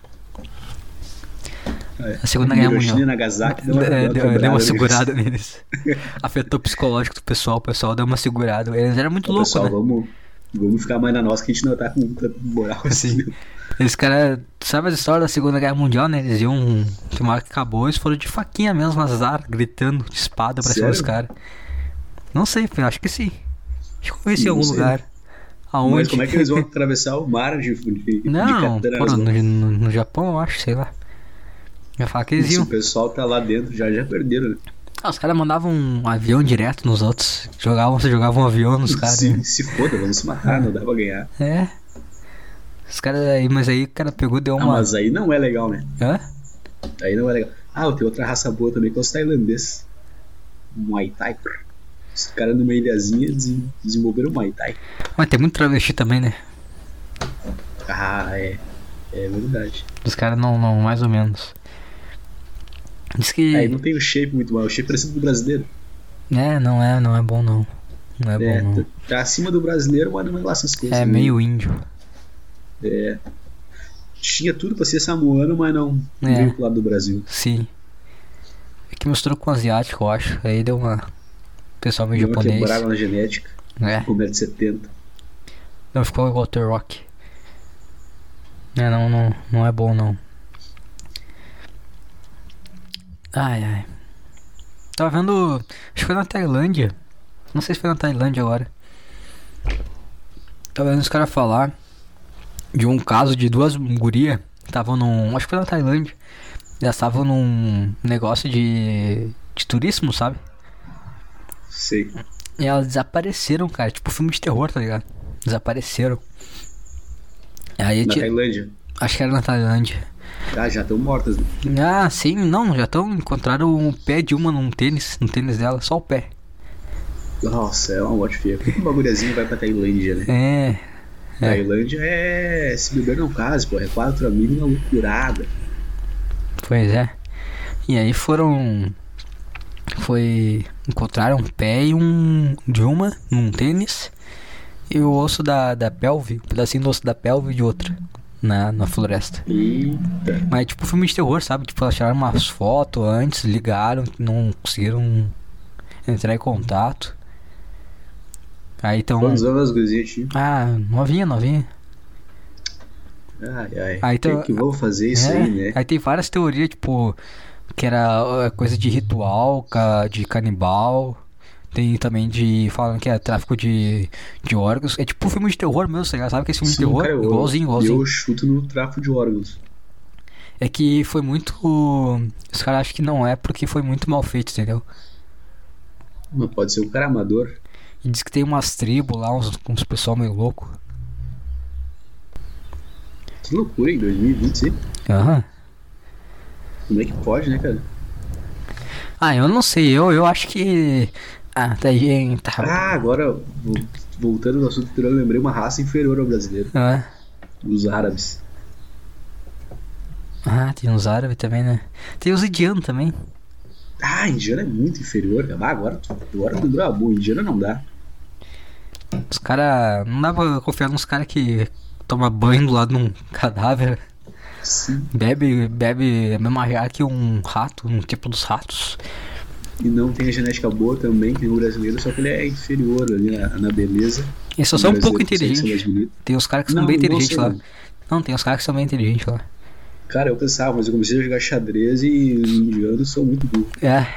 B: É.
A: A Segunda Guerra
B: Hiroshima e
A: Mundial.
B: Nagasaki deu uma,
A: É,
B: deu uma
A: Deu, deu uma
B: quebrada né?
A: segurada neles. Afetou o psicológico do pessoal, o pessoal deu uma segurada. Eles eram muito
B: neles.
A: loucos,
B: Pessoal,
A: né?
B: vamos, vamos ficar mais na nossa que a gente não tá com muita moral assim.
A: Sim. Esses caras, sabe as histórias da Segunda Guerra Mundial, né? Eles iam. Tem uma hora que acabou, eles foram de faquinha mesmo, azar, gritando de espada pra cima
B: Sério?
A: dos caras. Não sei, eu acho que sim. Acho que eu conheci em
B: Não
A: algum
B: sei. né?
A: lugar. Aonde?
B: Mas como é que eles vão atravessar o mar de, de, de
A: Não,
B: katana
A: porra,
B: nas
A: no,
B: mãos?
A: no, no Japão, eu acho, sei lá. Eu ia falar que eles
B: Se o
A: iam.
B: pessoal tá lá dentro, já, já perderam, né?
A: Ah, os caras mandavam um avião direto nos outros. Jogavam, você jogava um avião nos caras.
B: se, se foda, vamos se matar, não dá pra ganhar.
A: É. Os caras aí, mas aí o cara pegou, deu
B: Ah,
A: uma.
B: mas aí não é legal, né?
A: Hã?
B: Aí não é legal. Ah, tem outra raça boa também que é os tailandeses. Muay Thai. Os caras numa ilhazinha des- desenvolveram Muay Thai.
A: Mas tem muito travesti também, né?
B: Ah, é. É verdade.
A: Os caras não, não, mais ou menos. Diz que.
B: Aí não tem o shape muito mal. O shape é parecido com o brasileiro.
A: É, não é, não é bom não. Não é,
B: É,
A: bom não.
B: tá, tá acima do brasileiro, mas não é lá essas coisas.
A: É
B: né?
A: meio índio.
B: É. Tinha tudo pra ser samuano, mas não
A: É.
B: veio pro lado do Brasil.
A: Sim. É que misturou com asiático, eu acho. Aí deu uma. Pessoal meio
B: Deu uma
A: japonês.
B: quebrada na genética.
A: É.
B: Com 1,70m.
A: Não ficou igual o The Rock. É, não, não, não é bom não. Ai ai. Tava vendo. Acho que foi na Tailândia. Não sei se foi na Tailândia agora. tava vendo os caras falar de um caso de duas gurias que estavam num. Acho que foi na Tailândia. Elas estavam num negócio de. de turismo, sabe?
B: Sei.
A: E elas desapareceram, cara. Tipo filme de terror, tá ligado? Desapareceram. E Aí eu
B: Na
A: te-
B: Tailândia.
A: Acho que era na Tailândia.
B: Ah, já estão mortas. né?
A: Ah, sim, não, já estão. Encontraram o pé de uma num tênis, no tênis dela, só o pé.
B: Nossa, é uma morte feia. Por que um bagulhazinho vai pra Tailândia, né?
A: É. É.
B: Tailândia é. Se beber não case, pô. É quatro amigos na loucurada.
A: Pois é. E aí foram. Foi. Encontraram um pé e um. de uma, num tênis. E o osso da, da pelve, um pedacinho do osso da pelve de outra. Na, na floresta.
B: Eita.
A: Mas tipo filme de terror, sabe? Tipo, elas tiraram umas fotos antes, ligaram, não conseguiram entrar em contato. Aí então.
B: Quantos anos as gurias tinham?
A: Ah, novinha, novinha.
B: Ai, ai.
A: Ah, então-
B: Tem que vão fazer isso
A: É,
B: aí, né?
A: Aí tem várias teorias, tipo, que era ah, coisa de ritual, ca- de canibal. Tem também de. falando que é tráfico de, de órgãos. É tipo um filme de terror mesmo, tá ligado? Sabe que esse filme de
B: Sim,
A: terror?
B: cara, eu-
A: igualzinho, igualzinho.
B: Eu chuto no tráfico de órgãos.
A: É que foi muito. Os caras acham que não é porque foi muito mal feito, entendeu?
B: Mas pode ser o cara amador.
A: E diz que tem umas tribos lá, uns, uns pessoal meio louco.
B: Que loucura, em 2020, hein?
A: Aham.
B: Como é que pode, né, cara?
A: Ah, eu não sei, eu, eu acho que. Ah, tá gente. Tá.
B: Ah, agora, vo- voltando ao assunto anterior, eu lembrei uma raça inferior ao brasileiro.
A: Ah.
B: Os árabes.
A: Ah, tem uns árabes também, né? Tem os indianos também.
B: Ah, indiano é muito inferior, cara. Ah, agora, tu- agora tu deu a boa. Indiano não dá.
A: Os caras. Não dá pra confiar nos caras que toma banho do lado de um cadáver.
B: Sim.
A: Bebe, bebe a mesma água que um rato, um tipo dos ratos.
B: E não tem a genética boa também, que nem o brasileiro, só que ele é inferior ali na, na beleza.
A: Eles só são um
B: O brasileiro
A: pouco
B: consegue ser
A: inteligentes.
B: mais bonito.
A: Tem os caras que são
B: Não,
A: bem
B: não
A: inteligentes
B: sei,
A: lá.
B: não.
A: Não, tem os caras que são bem inteligentes lá.
B: Cara, eu pensava, mas eu comecei a jogar xadrez e os indianos são muito burros.
A: É,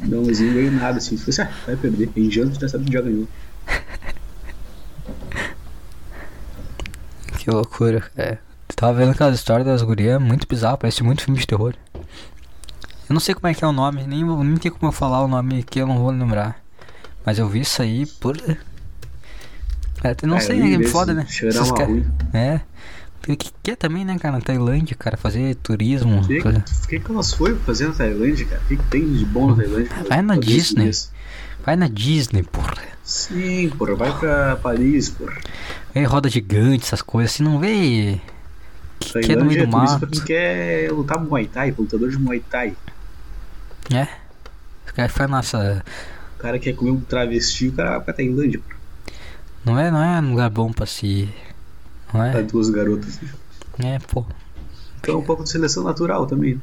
B: Não, mas não ganhou nada assim. Falei assim, ah, vai perder. Em diante já sabe que já ganhou.
A: que loucura, cara. Eu Tava vendo aquelas histórias das gurias, é muito bizarro, parece muito filme de terror. Eu não sei como é que é o nome, nem, vou- nem tem como eu falar o nome que eu não vou lembrar. Mas eu vi isso aí, por. É, eu não
B: Ah,
A: sei,
B: eu
A: né?
B: nem
A: é
B: vejo
A: Foda,
B: isso.
A: né?
B: Cheira
A: Esses
B: uma
A: cara-
B: ruim.
A: É. Tem que quer também, né, cara? Na Tailândia, cara, fazer turismo.
B: O que,
A: coisa-
B: que, que elas foram fazer na Tailândia, cara? O que, que tem de bom na Tailândia?
A: Ah, Vai na
B: Todos esses
A: Disney.
B: dias.
A: Vai na Disney, porra.
B: Sim, porra. Vai pra Paris, porra.
A: Vê roda gigante, essas coisas. Se não vê. Que, que é no
B: Tailândia
A: meio do
B: turismo pra
A: mato.
B: quem quer lutar Muay Thai, pra lutador de Muay Thai.
A: Os caras ficam nessa.
B: O cara quer comer um travesti, o cara vai pra Tailândia porra,
A: Não é, não é um lugar bom pra se. Não
B: pra
A: é?
B: duas garotas.
A: É, pô.
B: Então é um pouco de seleção natural também.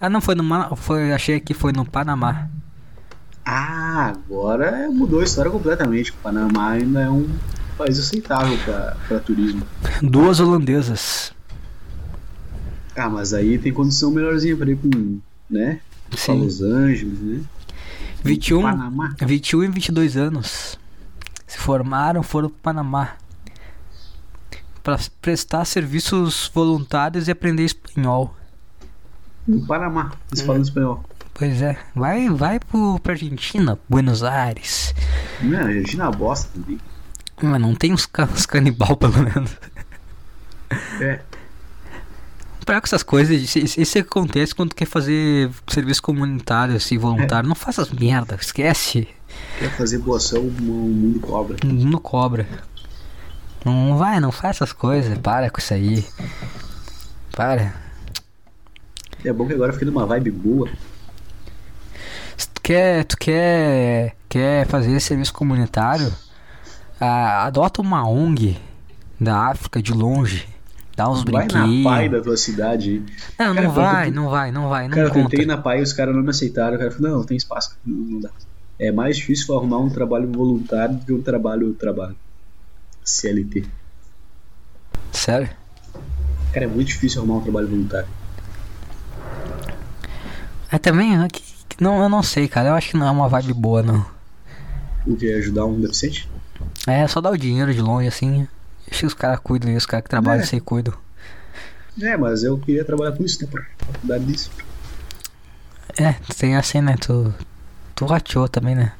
A: Ah, não, foi no. Ma- Foi, achei que foi no Panamá.
B: Ah, agora mudou a história completamente. O Panamá ainda é um país aceitável pra, pra turismo.
A: Duas holandesas.
B: Ah, mas aí tem condição melhorzinha pra ir com, né? Pra
A: Sim.
B: Los Angeles, né?
A: 21,
B: Panamá.
A: 21 e 22 anos. Se formaram, foram pro Panamá. Pra prestar serviços voluntários e aprender espanhol.
B: No Panamá, eles
A: É.
B: falam espanhol.
A: Pois é, vai, vai pro, pra Argentina, Buenos Aires.
B: Não, a Argentina é uma bosta também.
A: Mas não tem os, ca os canibal, pelo menos.
B: É.
A: Pra com essas coisas, isso, isso- isso acontece quando tu quer fazer serviço comunitário, assim, voluntário. Não faça as merda, esquece.
B: Quer fazer boa ação, o mundo cobra.
A: Não cobra. Não vai, não faz essas coisas, para com isso aí. Para.
B: É bom que agora eu fiquei numa vibe boa.
A: Se tu quer, tu quer, quer fazer serviço comunitário, ah, adota uma ONG da África de longe. Dá uns
B: Vai na pai
A: brinquedos.
B: da tua cidade. hein?
A: Não,
B: Cara,
A: não vai,
B: quando tu-
A: não vai, não vai, não
B: Cara, eu
A: conta.
B: tentei ir na pai e os caras não me aceitaram. O cara falou, não, não tem espaço, não, não dá. É mais difícil arrumar um trabalho voluntário do que um trabalho trabalho. CLT.
A: Sério?
B: Cara, é muito difícil arrumar um trabalho voluntário.
A: É também, né, que- que- não, eu não sei, cara. Eu acho que não é uma vibe boa, não.
B: O que é ajudar um deficiente?
A: É, só dá o dinheiro de longe, assim. Deixa os caras cuidam, e os caras que trabalham,
B: É.
A: sei cuidam.
B: É, mas eu queria trabalhar com isso, né? Pra faculdade disso.
A: É, tu tem assim, né? Tu. Tu rateou também, né?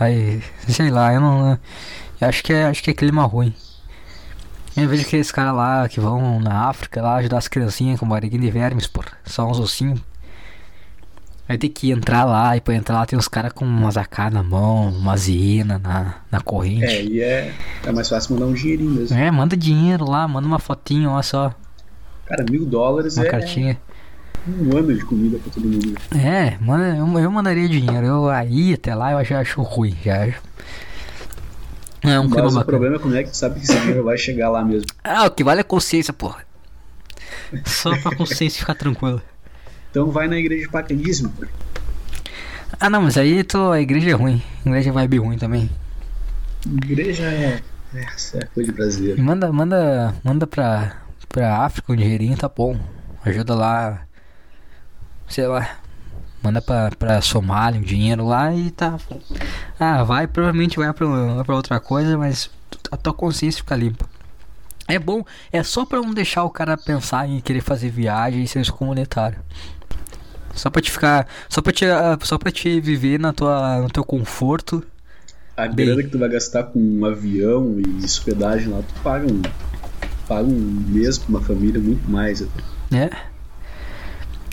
A: Aí, sei lá, eu não. Eu acho que é, acho que é clima ruim. Eu vejo aqueles caras lá que vão na África lá ajudar as criancinhas com barriguinha de vermes, porra. Só uns ossinhos. Aí tem que entrar lá, e pra entrar lá tem uns caras com umas AK na mão, uma hiena na, na corrente.
B: É, e é, é mais fácil mandar um dinheirinho mesmo.
A: É, manda dinheiro lá, manda uma fotinho, ó só,
B: Cara, mil dólares
A: uma
B: é
A: cartinha.
B: um ano de comida pra todo mundo.
A: É, manda, eu, eu mandaria dinheiro. Eu aí até lá eu já acho ruim, já acho. Não, é um clima
B: Mas o
A: bacana.
B: problema é como é que tu sabe que esse dinheiro vai chegar lá mesmo.
A: Ah, o que vale é consciência, porra. Só pra consciência ficar tranquila.
B: Então vai na igreja de paganismo, pô.
A: Ah não, mas aí tô, a igreja é ruim. A igreja é vibe ruim também.
B: Igreja é. Essa é coisa de brasileiro.
A: Manda, manda, manda pra, pra África um dinheirinho, tá bom. Ajuda lá. Sei lá. Manda pra, pra Somália um dinheiro lá e tá. Ah, vai, provavelmente vai pra, pra outra coisa, mas a tua consciência fica limpa. É bom, é só pra não deixar o cara pensar em querer fazer viagem e senso comunitário. Só pra te ficar. Só pra te, ah, só pra te viver na tua, no teu conforto
B: A
A: Bem.
B: grana que tu vai gastar com um avião e hospedagem lá, tu paga um. Paga um mês pra uma família muito mais. até.
A: É.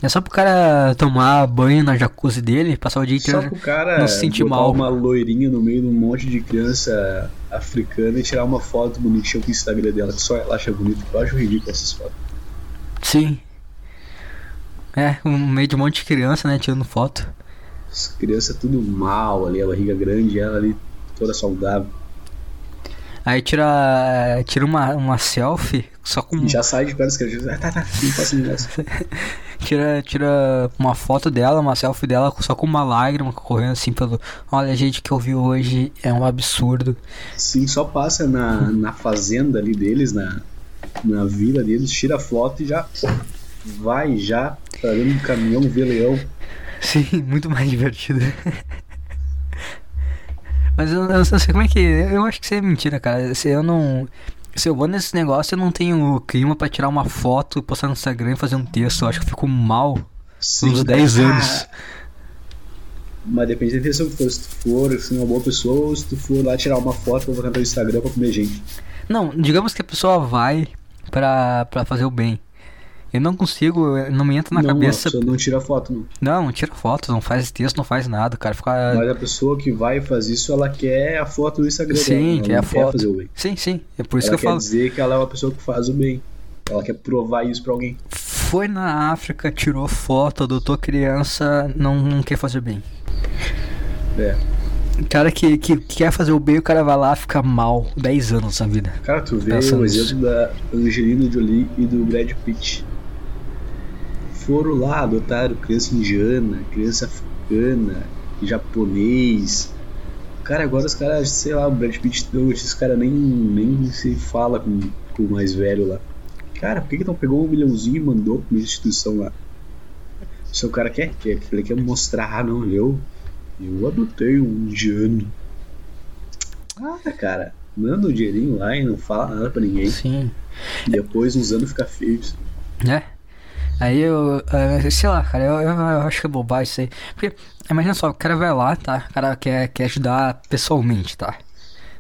A: É só pro cara tomar banho na jacuzzi dele, passar o dia
B: Só
A: inteiro.
B: pro cara
A: Então, né, não se sentir
B: botar
A: mal.
B: uma loirinha no meio de um monte de criança africana e tirar uma foto bonitinha com o Instagram dela, que só ela acha bonito. Eu acho ridículo essas fotos.
A: Sim. É, um meio de um monte de criança, né, tirando foto.
B: As crianças tudo mal ali, a barriga grande, ela ali toda saudável.
A: Aí tira. é, tira uma, uma selfie, só com.
B: E já sai de perto das crianças. Ah, tá, tá, não faço negócio.
A: Tira, tira uma foto dela, uma selfie dela, só com uma lágrima correndo assim pelo. Olha, gente, o que eu vi hoje é um absurdo.
B: Sim, só passa na, na fazenda ali deles, na, na vila deles, tira a foto e já vai já pra dentro do caminhão, um vê leão.
A: Sim, muito mais divertido. Mas eu, eu não sei como é que. Eu acho que isso é mentira, cara. Se eu não. Se eu vou nesse negócio, eu não tenho clima pra tirar uma foto, postar no Instagram e fazer um texto. Eu acho que eu fico mal uns 10 anos.
B: Ah, Mas depende da intenção que tu for, se tu for se não é uma boa pessoa ou se tu for lá tirar uma foto pra botar no teu Instagram pra comer gente.
A: Não, digamos que a pessoa vai pra, pra fazer o bem. Eu não consigo, eu- não me entra na
B: não,
A: cabeça.
B: a pessoa não tira foto, não.
A: Não, não tira foto, não faz texto, não faz nada, cara. Fica.
B: Mas a pessoa que vai e faz isso, ela quer a foto no Instagram dela.
A: Sim,
B: ela
A: quer
B: não
A: a
B: Quer
A: foto.
B: fazer o bem.
A: Sim, sim. É por isso
B: ela
A: que
B: quer
A: eu falo.
B: dizer que ela é uma pessoa que faz o bem. Ela quer provar isso pra alguém.
A: Foi na África, tirou foto, adotou criança, não, não quer fazer bem.
B: É.
A: O cara que, que, que quer fazer o bem, o cara vai lá fica mal 10 anos na vida.
B: Cara, tu vê
A: Pensa
B: o
A: nisso.
B: exemplo da Angelina Jolie e do Brad Pitt. Foram lá, adotaram criança indiana, criança africana, japonês. Cara, agora os caras, sei lá, o Brad Pitt, não, esses caras nem, nem se fala com, com o mais velho lá. Cara, por que que não pegou um milhãozinho e mandou pra uma instituição lá? Se o cara quer, quer, ele quer mostrar, ah, não, eu, eu adotei um indiano. Ah, cara, manda o dinheirinho lá e não fala nada pra ninguém.
A: Sim.
B: E depois, uns anos, fica feio. isso.
A: Né? Aí eu. ah, Sei lá, cara, eu, eu- eu acho que é bobagem isso aí. Porque, imagina só, o cara vai lá, tá? O cara quer, quer ajudar pessoalmente, tá?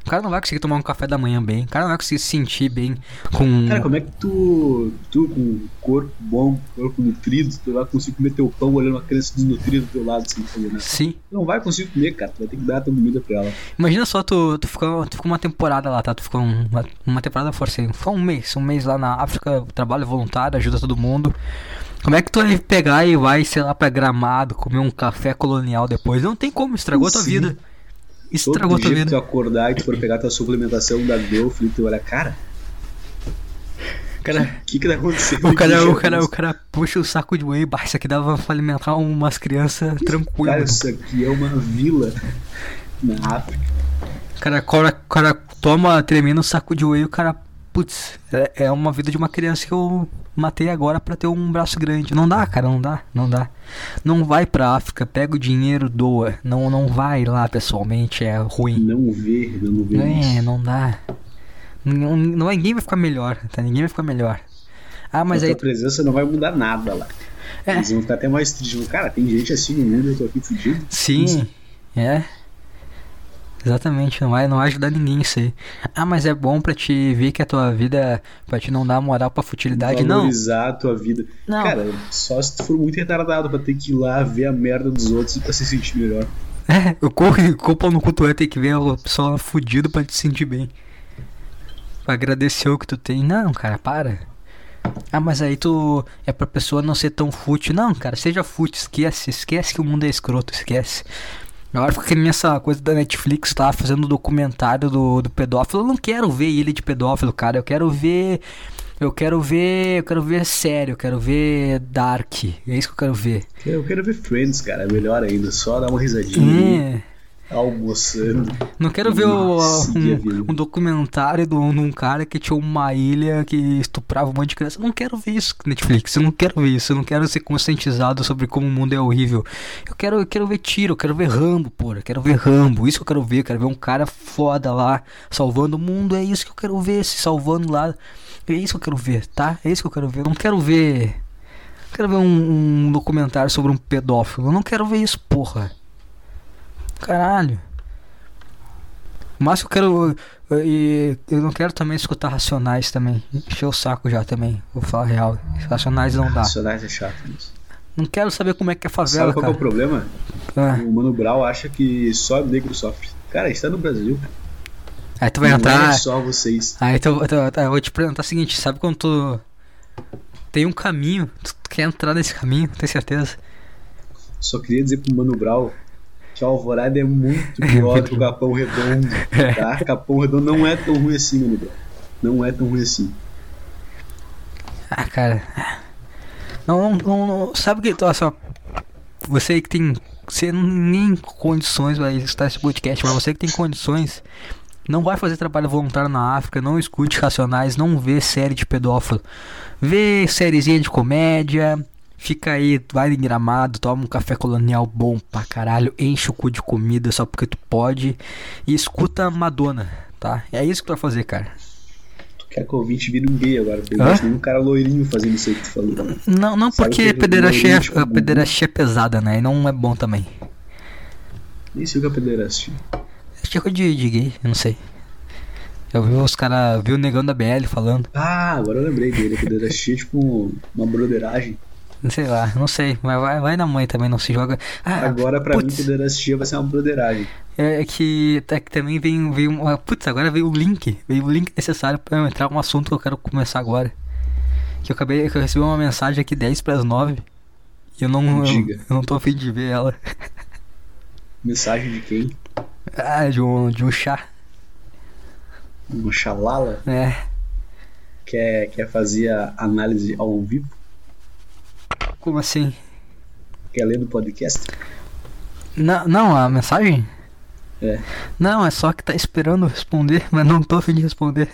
A: O cara não vai conseguir tomar um café da manhã bem, o cara não vai conseguir se sentir bem com.
B: Cara, como é que tu, tu com um corpo bom, corpo nutrido, tu vai conseguir comer teu pão olhando uma criança desnutrida do teu lado sem fazer nada?
A: Sim.
B: Tu não vai conseguir comer, cara. Tu vai ter que dar a tua comida pra ela.
A: Imagina só, tu, tu, ficou, tu ficou uma temporada lá, tá? Tu ficou um- uma, uma temporada forcei, ficou um mês, um mês lá na África, trabalho voluntário, ajuda todo mundo. Como é que tu vai pegar e vai, sei lá, pra gramado, comer um café colonial depois? Não tem como, estragou a tua
B: Sim.
A: vida.
B: Todo
A: Estragou a tua
B: dia que tu
A: vida.
B: acordar e tu for pegar tua suplementação da Golf e tu olha, cara,
A: Cara,
B: o que que tá acontecendo?
A: o, cara, é o,
B: aqui,
A: cara, o
B: Jesus?
A: cara puxa o saco de whey, bah, isso aqui dava pra alimentar umas crianças tranquilo.
B: Cara, isso aqui é uma vila na África.
A: Cara, o cara, um o cara toma tremendo saco de whey, o cara, putz, é, é uma vida de uma criança que eu matei agora pra ter um braço grande. Não dá, cara, não dá, não dá. Não vai pra África, pega o dinheiro, doa. Não, não vai lá pessoalmente, é ruim.
B: Não vê, não vê
A: É,
B: isso.
A: não dá. Não, não- é, ninguém vai ficar melhor, tá? Ninguém vai ficar melhor. Ah, mas
B: a
A: aí.
B: tua presença não vai mudar nada lá.
A: É.
B: Eles vão ficar até mais tristes. Tipo, Cara, tem gente assim no mundo, eu tô aqui fudido.
A: Sim, é. Exatamente, não vai, não vai ajudar ninguém isso aí. Ah, mas é bom pra te ver que a tua vida. Pra te não dar moral pra futilidade, não.
B: Valorizar a tua vida.
A: Não.
B: Cara, só se tu for muito retardado pra ter que ir lá ver a merda dos outros pra se sentir melhor.
A: É, o corpo, o corpo no culto é tem que ver a pessoa fudido pra te sentir bem. Pra agradecer o que tu tem. Não, cara, para. Ah, mas aí tu. É pra pessoa não ser tão fútil. Não, cara, seja fútil, esquece. Esquece que o mundo é escroto, esquece. Agora fica que nem essa coisa da Netflix tá fazendo um documentário do, do pedófilo. Eu não quero ver ele de pedófilo, cara. Eu quero ver. Eu quero ver. Eu quero ver sério, eu quero ver Dark. É isso que eu quero ver.
B: Eu quero ver Friends, cara, é melhor ainda. Só dar uma risadinha,
A: É.
B: almoçando.
A: Não quero ver o-
B: Nossa, que vida.
A: um, um documentário de um de um cara que tinha uma ilha que estuprava um monte de criança. Eu Não quero ver isso, Netflix. Eu não quero ver isso. Eu não quero ser conscientizado sobre como o mundo é horrível. Eu quero, eu quero ver tiro, eu quero ver Rambo, porra. Eu quero ver Rambo. Isso que eu quero ver. Eu quero ver um cara foda lá salvando o mundo. É isso que eu quero ver. Se salvando lá. É isso que eu quero ver, tá? É isso que eu quero ver. Eu não quero ver. Eu quero ver um, um documentário sobre um pedófilo. Eu não quero ver isso, porra. Caralho. Mas eu quero. Eu, e eu não quero também escutar racionais também. Encheu o saco já também. Vou falar a real. Racionais não dá.
B: Racionais é chato. isso.
A: Não quero saber como é que é a Tá. favela,
B: Sabe qual que é o
A: cara.
B: problema?
A: Ah,
B: O Mano Brown acha que só negro sofre. Cara, a gente tá no Brasil.
A: Aí tu vai
B: não
A: entrar.
B: é só vocês.
A: Aí tu, tu- tu- eu vou te perguntar o seguinte: sabe quando tu. Tem um caminho, tu tu quer entrar nesse caminho, tem certeza?
B: Só queria dizer pro Mano Brown que a Alvorada é muito pior que o Capão Redondo. Tá? Capão Redondo não é tão ruim assim, Mano Brown. Não é tão ruim assim.
A: Ah, cara. Não, não, não, não- sabe que. Olha só. Você aí que tem. Você nem condições vai escutar esse podcast, mas você que tem condições. Não vai fazer trabalho voluntário na África, não escute Racionais, não vê série de pedófilo. Vê sériezinha de comédia, fica aí, vai em gramado, toma um café colonial bom pra caralho, enche o cu de comida só porque tu pode e escuta Madonna, tá? É isso que tu vai fazer, cara.
B: Tu quer que o ouvinte vire um gay agora? Porque eu
A: Hã?
B: acho que um cara loirinho fazendo isso aí que tu falou.
A: Não, não
B: Sabe
A: porque
B: que ele
A: pederastia,
B: não
A: é-
B: é íntimo,
A: a pederastia é pesada, né? E não é bom também.
B: Nem sei o que é pederastia.
A: Acho que é coisa de, de gay, eu não sei. Eu vi os caras, vi o negão da BL falando.
B: Ah, agora eu lembrei dele. Pederastia é tipo uma broderagem.
A: Não sei lá, não sei. Mas vai, vai na mãe também, não se joga. Ah,
B: Agora pra
A: putz,
B: mim, pederastia vai ser uma broderagem.
A: É que, é que também vem, vem uma. Putz, agora veio o link. Veio o link necessário pra eu entrar um assunto que eu quero começar agora. Que eu acabei. Que eu recebi uma mensagem aqui 10 pras 9. E eu não. Eu,
B: Diga.
A: eu não tô afim de ver ela.
B: Mensagem de quem?
A: Ah, de um, de um chá,
B: Um xalala?
A: né?
B: Quer, quer fazer a análise ao vivo?
A: Como assim?
B: Quer ler no podcast?
A: Não, não, a mensagem?
B: É.
A: Não, é só que tá esperando eu responder, mas não tô afim de responder.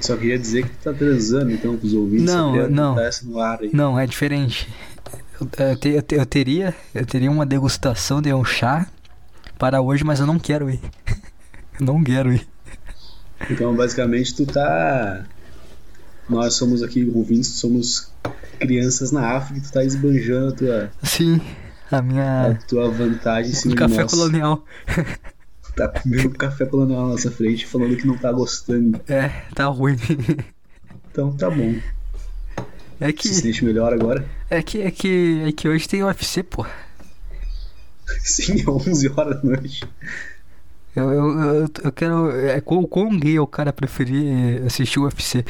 B: Só queria dizer que tu tá transando então com os ouvintes.
A: Não,
B: só queria
A: não.
B: botar isso no ar aí.
A: Não, é diferente. Eu, eu te- eu te- eu teria, eu teria uma degustação de um chá para hoje, mas eu não quero ir. Eu não quero ir.
B: Então, basicamente, tu tá. Nós somos aqui ouvintes, somos crianças na África e tu tá esbanjando a tua,
A: Sim, a
B: a
A: minha
B: tua vantagem em cima
A: um
B: de
A: É. café
B: nós.
A: colonial.
B: Tá comendo café colonial na nossa frente, falando que não tá gostando.
A: É, tá ruim.
B: Então tá bom.
A: É
B: Se
A: que
B: sente melhor agora?
A: é que é que é que hoje tem UFC, pô.
B: Sim, é 11 horas da noite.
A: Eu, eu, eu, eu quero. É, qual, qual gay é o cara preferir assistir o UFC?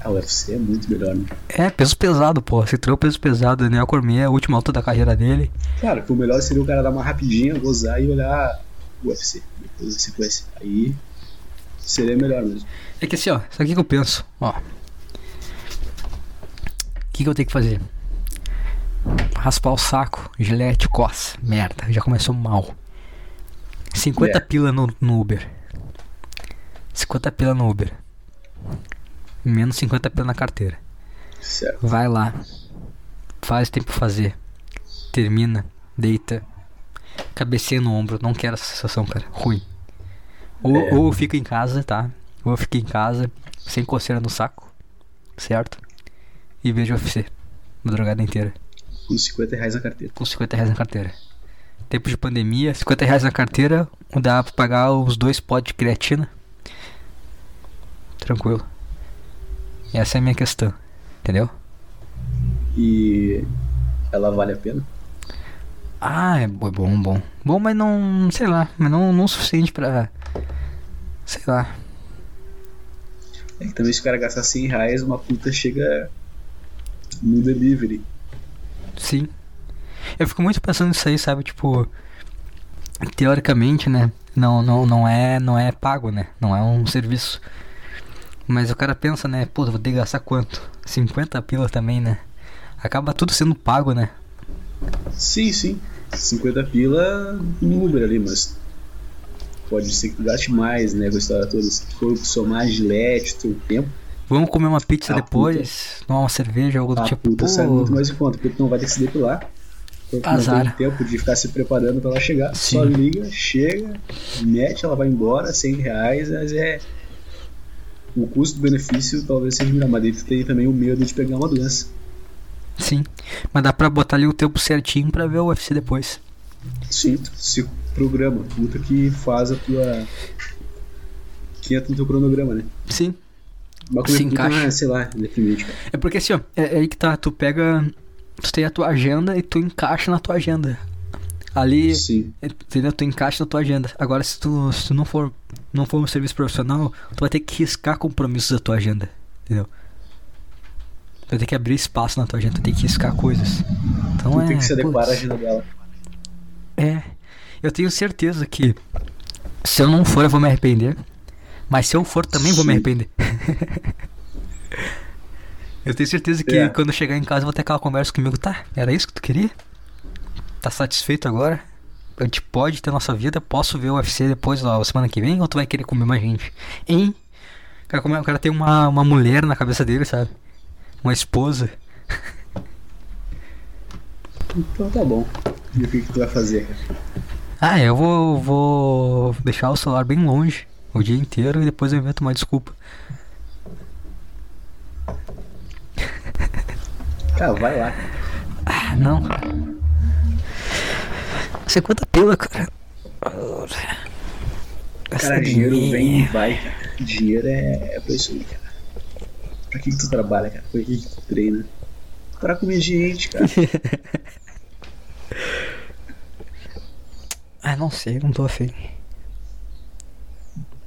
B: A UFC é muito melhor, né?
A: É, peso pesado, pô. Se trou peso pesado, Daniel Cormier, é a última alta da carreira dele.
B: Claro, que o melhor seria o cara dar uma rapidinha, gozar e olhar o UFC. Depois da sequência. Aí seria melhor mesmo.
A: É que assim, ó, sabe o que que eu penso? Ó. O que, que eu tenho que fazer? Raspar o saco, gilete, coça. Merda, já começou mal. 50
B: É.
A: pila no, no Uber. 50 pila no Uber. menos 50 pila na carteira.
B: Certo.
A: Vai lá. Faz tempo fazer. Termina. Deita. Cabeceia no ombro. Não quero essa sensação, cara. Ruim. Ou,
B: É.
A: ou eu fico em casa, tá? Ou eu fico em casa, sem coceira no saco. Certo? E vejo o UFC. Madrugada inteira.
B: Com 50 reais na carteira.
A: Com 50 reais na carteira. Tempo de pandemia, 50 reais na carteira. Dá pra pagar os dois potes de creatina. Tranquilo. Essa é a minha questão. Entendeu?
B: E ela vale a pena?
A: Ah, é bo- bom, bom. Bom, mas não. sei lá, mas não, não o suficiente pra. Sei lá.
B: É que também se o cara gastar 100 reais, uma puta chega no delivery.
A: Sim. Eu fico muito pensando nisso aí, sabe? Tipo. Teoricamente, né? Não, não, não é não é pago, né? Não é um serviço. Mas o cara pensa, né? Pô, vou ter que gastar quanto? 50 pila também, né? Acaba tudo sendo pago, né?
B: Sim, sim. 50 pila no Uber ali, mas pode ser que tu gaste mais, né? Com a história toda. Se tu for somar gilete, teu tempo,
A: Vamos comer uma pizza
B: Ah,
A: depois, tomar uma cerveja, algo do
B: a
A: tipo.
B: Ah, Tá puta
A: pô,
B: sai muito mais em conta, porque tu não vai ter que se depilar. Então tu não tem
A: Azar.
B: tempo de ficar se preparando pra ela chegar.
A: Sim.
B: Só liga, chega, mete, ela vai embora, 100 reais, mas é. O custo-benefício talvez seja melhor, mas daí tu tem também o medo de pegar uma doença.
A: Sim. Mas dá pra botar ali o tempo certinho pra ver o UFC depois.
B: Sim, tu se programa, puta que faz a tua. que entra no teu cronograma, né?
A: Sim.
B: Uma
A: Se
B: coisa que
A: encaixa.
B: não é, sei lá, deprimente, cara.
A: É porque assim, ó, é, é aí que tá, tu pega. Tu tem a tua agenda e tu encaixa na tua agenda. Ali,
B: Sim.
A: é, entendeu? Tu encaixa na tua agenda. Agora, se tu, se tu não for não for um serviço profissional, tu vai ter que riscar compromissos da tua agenda. Entendeu? Tu vai ter que abrir espaço na tua agenda, tu tem que riscar coisas. Então
B: Tu
A: é.
B: tem que se adequar
A: putz.
B: à agenda dela.
A: É. Eu tenho certeza que se eu não for, eu vou me arrepender. Mas se eu for, também vou me
B: Sim.
A: arrepender. eu tenho certeza que
B: É.
A: quando eu chegar em casa, eu vou ter aquela conversa comigo. Tá, era isso que tu queria? Tá satisfeito agora? A gente pode ter nossa vida, posso ver o UFC depois, lá, semana que vem, ou tu vai querer comer mais gente? Hein? O cara, come- o cara tem uma, uma mulher na cabeça dele, sabe? Uma esposa.
B: Então tá bom. E o que, que tu vai fazer, cara?
A: Ah, eu vou, vou deixar o celular bem longe o dia inteiro e depois eu invento uma desculpa.
B: Cara, vai lá. cara.
A: Ah, não. 50 pila, cara.
B: Cara, dinheiro vem e vai, cara. Dinheiro é, é pra isso aí, cara. Pra que, que tu trabalha, cara? Pra que, que tu treina? Pra comer gente, cara.
A: Ah, não sei, não tô afim.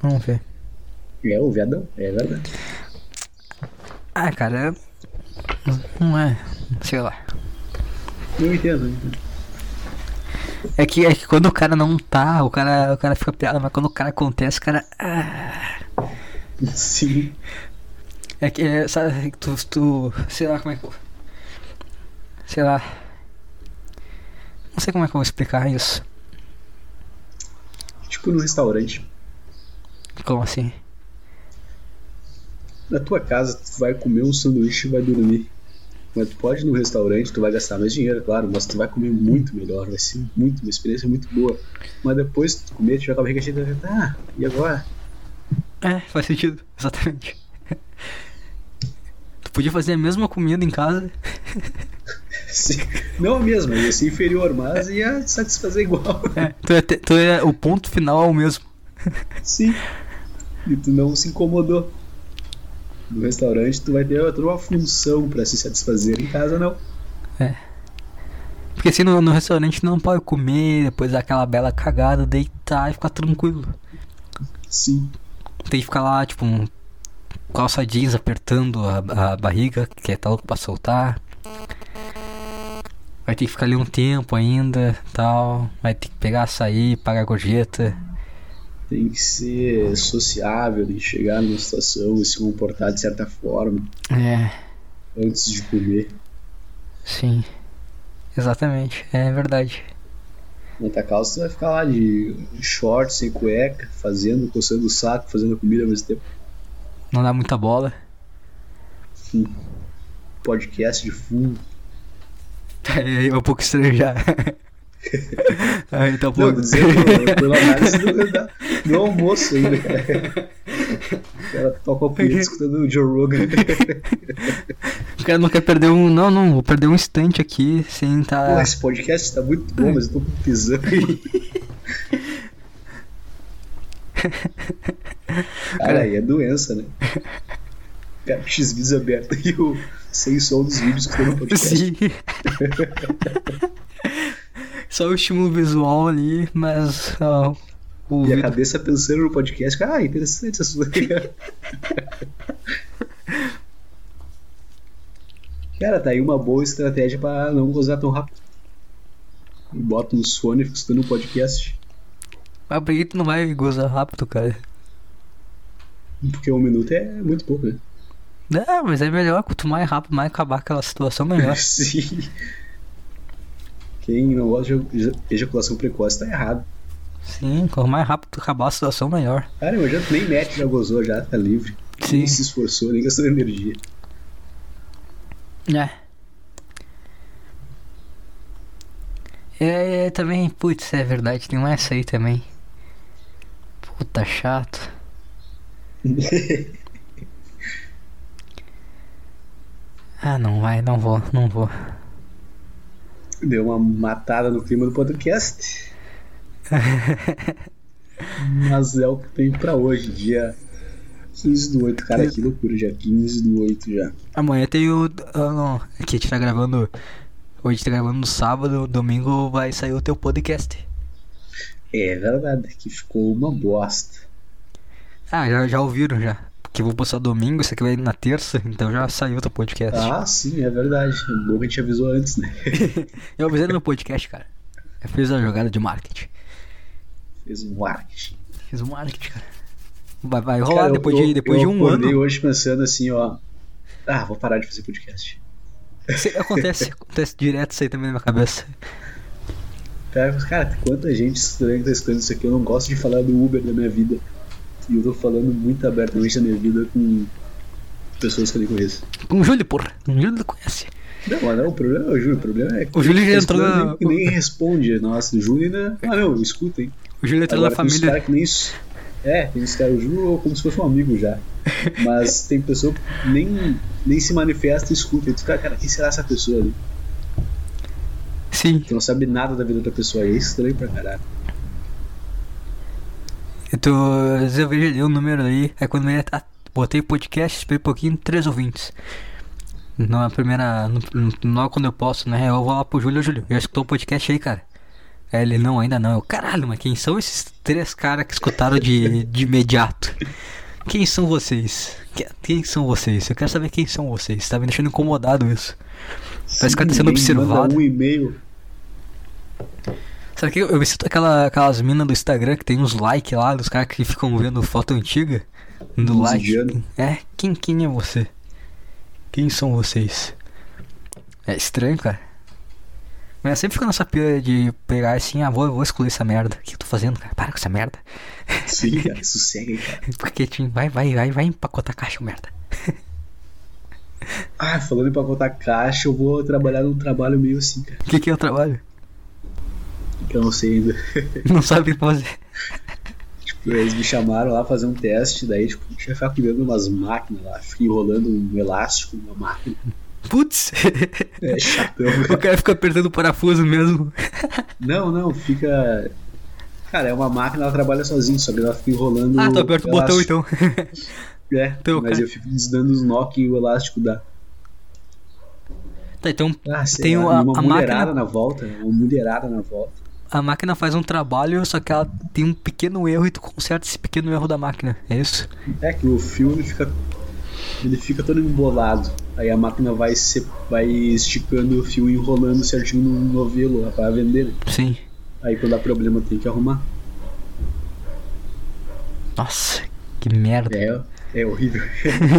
A: Vamos ver.
B: É o viadão, é verdade.
A: Ah, cara, é- não é. Sei lá.
B: Eu entendo, né? eu entendo.
A: É que, é que quando o cara não tá, o cara, o cara fica piada, mas quando o cara acontece, o cara.
B: Sim.
A: É que, é, sabe, tu, tu. Sei lá como é que. eu- Sei lá. Não sei como é que eu vou explicar isso.
B: Tipo no restaurante.
A: Como assim?
B: Na tua casa, tu vai comer um sanduíche e vai dormir. Mas tu pode ir no restaurante, tu vai gastar mais dinheiro, claro, mas tu vai comer muito melhor, vai ser muito, uma experiência muito boa. Mas depois que tu comer, tiver com a barriga cheia, tu vai pensar, ah, e agora?
A: É, faz sentido, exatamente. tu podia fazer a mesma comida em casa.
B: Sim. Não a mesma, ia ser inferior, mas ia satisfazer igual.
A: É, tu ia ter- tu ia- o ponto final é o mesmo.
B: Sim. E tu não se incomodou. No restaurante, tu vai ter toda uma função pra se satisfazer, em casa não.
A: Porque assim no, no restaurante não pode comer, depois dar aquela bela cagada, deitar e ficar tranquilo.
B: Sim.
A: Tem que ficar lá, tipo, um calça jeans apertando a, a barriga, que tá louco pra soltar. Vai ter que ficar ali um tempo ainda, tal. Vai ter que pegar açaí, pagar gorjeta.
B: Tem que ser sociável, tem que chegar numa situação e se comportar de certa forma.
A: É,
B: antes de comer,
A: sim. Exatamente, é verdade.
B: na tua calça, tu vai ficar lá de shorts, sem cueca, fazendo, coçando o saco, fazendo a comida ao mesmo tempo.
A: Não dá muita bola.
B: Full. Podcast de Full.
A: É um pouco estranho já. Aí tá um
B: Não,
A: pouco.
B: tô dizendo, eu- pela análise do, da- do almoço ainda, cara. O cara toca o pito escutando o Joe Rogan.
A: O cara não quer perder um. Não, não, vou perder um instante aqui sem tá.
B: Pô, esse podcast tá muito bom, mas eu tô pisando. Cara, aí é doença, né? Cara, x vídeos aberto e o sem som dos vídeos que tem no podcast.
A: Sim. Só o estímulo visual ali, mas ah, o
B: E a
A: ouvido.
B: cabeça pensando no podcast, ah, interessante essa sua. Cara, tá aí uma boa estratégia pra não gozar tão rápido. Bota um Sony escutando o podcast,
A: Mas por que tu não vai gozar rápido, cara?
B: porque um minuto é muito pouco, né?
A: É, mas é melhor, quanto mais rápido, mais acabar aquela situação, melhor.
B: Sim. Quem não gosta de eja- ejaculação precoce tá errado.
A: Sim, quanto mais rápido acabar a situação, melhor.
B: Cara, eu já nem mete, já gozou, já tá livre.
A: Sim.
B: Nem se esforçou, nem gastou energia.
A: É. É, é, também, putz, é verdade, tem mais essa aí também. Puta, chato. Ah, não vai, não vou, não vou.
B: Deu uma matada no clima do podcast. Mas é o que tem pra hoje, dia 15 do 8. Cara, que loucura, já 15 do 8 já.
A: Amanhã tem o. Ah, não. Aqui a gente tá gravando. Hoje a gente tá gravando no sábado, domingo vai sair o teu podcast.
B: É verdade, que ficou uma bosta.
A: Ah, já, já ouviram já. Porque eu vou postar domingo, isso aqui vai na terça, então já saiu o teu podcast.
B: Ah, sim, é verdade. É bom que a gente avisou antes, né?
A: Eu avisei no meu podcast, cara. Eu fiz a jogada de marketing.
B: Fez um marketing.
A: Fiz um marketing, cara. Vai, vai rolar
B: Cara, eu-
A: depois,
B: eu-
A: de, depois de
B: eu
A: um
B: acordei
A: ano.
B: hoje pensando assim, ó. Ah, vou parar de fazer podcast.
A: Isso acontece, acontece direto isso aí também na minha cabeça.
B: Cara, mas, cara, quanta gente estranha que tá escutando isso aqui. Eu não gosto de falar do Uber da minha vida. E eu tô falando muito abertamente da minha vida com pessoas que eu nem conheço.
A: Com o Júlio, porra. Com o Júlio conhece.
B: Não, mas não, o problema, eu juro, o problema é que
A: O Júlio já
B: tem
A: entrou
B: escutando
A: na.
B: nem, que nem responde. Nossa, o Júlio ainda. Ah, não, escutem.
A: O Júlio entrou na
B: Agora, tem uns
A: família.
B: caras que nem isso. É, tem uns caras, eu juro, como se fosse um amigo já. Mas tem pessoa que nem, nem se manifesta e escuta. E tu fica, cara, quem será essa pessoa né? ali? é-
A: Sim.
B: Tu não sabe nada da vida da pessoa. E é estranho pra caralho.
A: Eu, tô, às vezes eu vejo ali o número ali, aí quando eu ia- ah, botei podcast, esperei um pouquinho, três ouvintes. Na primeira. No, no, logo quando eu posso, né? Eu vou lá pro Júlio, "Ô, Júlio, já escutou o podcast aí, cara? Aí ele, não, ainda não. Eu, caralho, mas quem são esses três caras que escutaram de, de imediato? Quem são vocês? Que- Quem são vocês? Eu quero saber quem são vocês. Tá me deixando incomodado isso. Parece que tá sendo
B: Ninguém
A: observado.
B: Manda um e-mail.
A: Sabe que eu, eu me sinto aquela, aquelas minas do Instagram que tem uns like lá, dos caras que ficam vendo foto antiga. Do
B: Uns
A: like.
B: indianos.
A: É, quem, quem é você? Quem são vocês? É estranho, cara. Mas eu sempre fico nessa pira de pegar assim, ah, vou, eu vou excluir essa merda. O que eu tô fazendo, cara? Para com essa merda.
B: Sim, cara, sossega aí, cara.
A: Porque tinha, vai, vai, vai, vai empacotar a caixa, merda.
B: Ah, falando pra contar caixa, eu vou trabalhar num trabalho meio assim, cara.
A: O que, que é o trabalho?
B: Que eu não sei ainda.
A: Não sabe o que fazer.
B: Tipo, eles me chamaram lá fazer um teste, daí, tipo, tinha que ficar cuidando de umas máquinas lá. Fiquei enrolando um elástico numa máquina.
A: Putz!
B: É chatão.
A: o cara fica apertando o parafuso mesmo.
B: Não, não, fica. Cara, é uma máquina, ela trabalha sozinha, só que ela fica enrolando.
A: Ah, tu aperta o botão então.
B: então. É,
A: Então,
B: mas
A: cara.
B: eu fico desdando os nó que o elástico dá.
A: tá, então
B: Ah, sei
A: Tem
B: lá,
A: uma-
B: uma
A: a
B: mulherada
A: máquina-
B: na volta, uma mulherada na volta.
A: A máquina faz um trabalho, só que ela tem um pequeno erro e tu conserta esse pequeno erro da máquina. É isso?
B: É que o fio ele fica, ele fica todo embolado. Aí a máquina vai, se, vai esticando o fio e enrolando certinho no novelo lá pra vender. né?
A: Sim.
B: Aí quando dá problema tem que arrumar.
A: Nossa, que merda.
B: É, é horrível.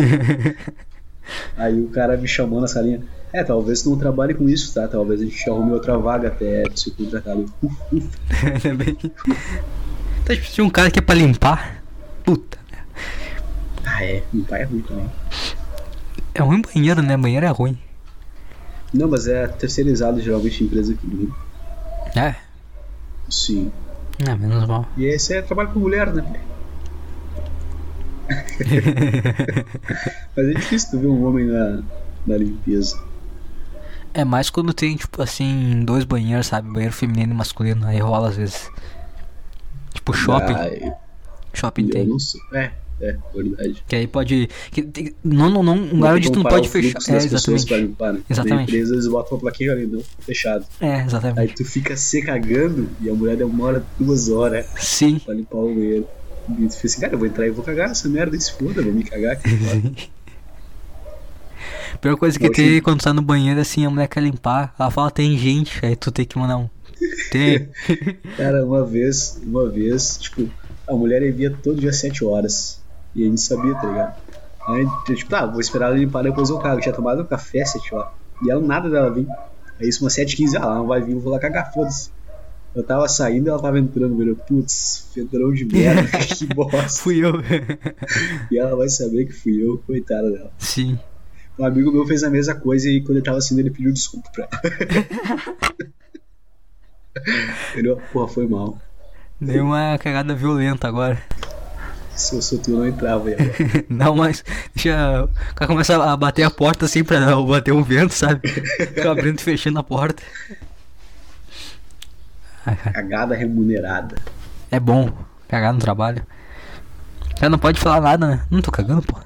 B: Aí o cara me chamou na salinha. É, talvez tu não trabalhe com isso, tá? Talvez a gente arrume outra vaga até tu ser contratado. Uf, uf.
A: Ainda É bem. Tá tipo, tinha um cara que é pra limpar. Puta. merda.
B: Ah, é, meu pai é ruim também.
A: É ruim banheiro, né? Banheiro é ruim.
B: Não, mas é terceirizado geralmente a empresa aqui né? no Rio.
A: É.
B: Sim.
A: É, menos mal.
B: E esse é trabalho com mulher, né? Mas é difícil tu ver um homem na, na limpeza.
A: É mais quando tem, tipo assim, dois banheiros, sabe? Banheiro feminino e masculino, aí rola às vezes. Tipo shopping.
B: Ah, eu-
A: Shopping
B: eu
A: tem.
B: não sei. É, é, verdade.
A: Que aí pode. Que, tem- não, não, não. Um lugar onde tu não
B: Comparar
A: pode
B: o fluxo
A: fechar. É,
B: Das pessoas pra
A: exatamente.
B: limpar, né? Na
A: Exatamente.
B: empresa eles botam uma plaquinha ali, não, fechado.
A: É,
B: Aí
A: exatamente.
B: tu fica se cagando e a mulher demora duas horas
A: Sim.
B: pra limpar o banheiro. E tu fica assim, cara, eu vou entrar e vou cagar essa merda, e se foda, eu vou me cagar aqui.
A: Pior coisa que
B: Hoje-
A: tem quando tu tá no banheiro, assim, a mulher quer limpar, ela fala tem gente, aí tu tem que mandar um. Tem.
B: Cara, uma vez, uma vez, tipo, a mulher ia todo dia às 7 horas. E a gente sabia, tá ligado? Aí, eu, tipo, tá, vou esperar ela limpar depois eu cago. Tinha tomado um café às 7 horas. E ela nada dela vir. Aí isso, umas 7 15 ah, ela não vai vir, eu vou lá cagar, foda-se. Eu tava saindo, ela tava entrando, velho. Putz, fedorão de merda, que bosta.
A: Fui eu.
B: E ela vai saber que fui eu, coitada dela.
A: Sim.
B: Um amigo meu fez a mesma coisa e quando ele tava saindo, ele pediu desculpa pra ela. Ele, porra, foi mal.
A: Deu uma cagada violenta agora.
B: Se eu sou tu, eu não entrava. Iago.
A: Não, mas deixa. O cara começa a bater a porta assim pra não bater um vento, sabe? Fica abrindo e fechando a porta. Ai, cara,
B: Cagada remunerada.
A: É bom cagar no trabalho. Cara, não pode falar nada, né? Não tô cagando, pô.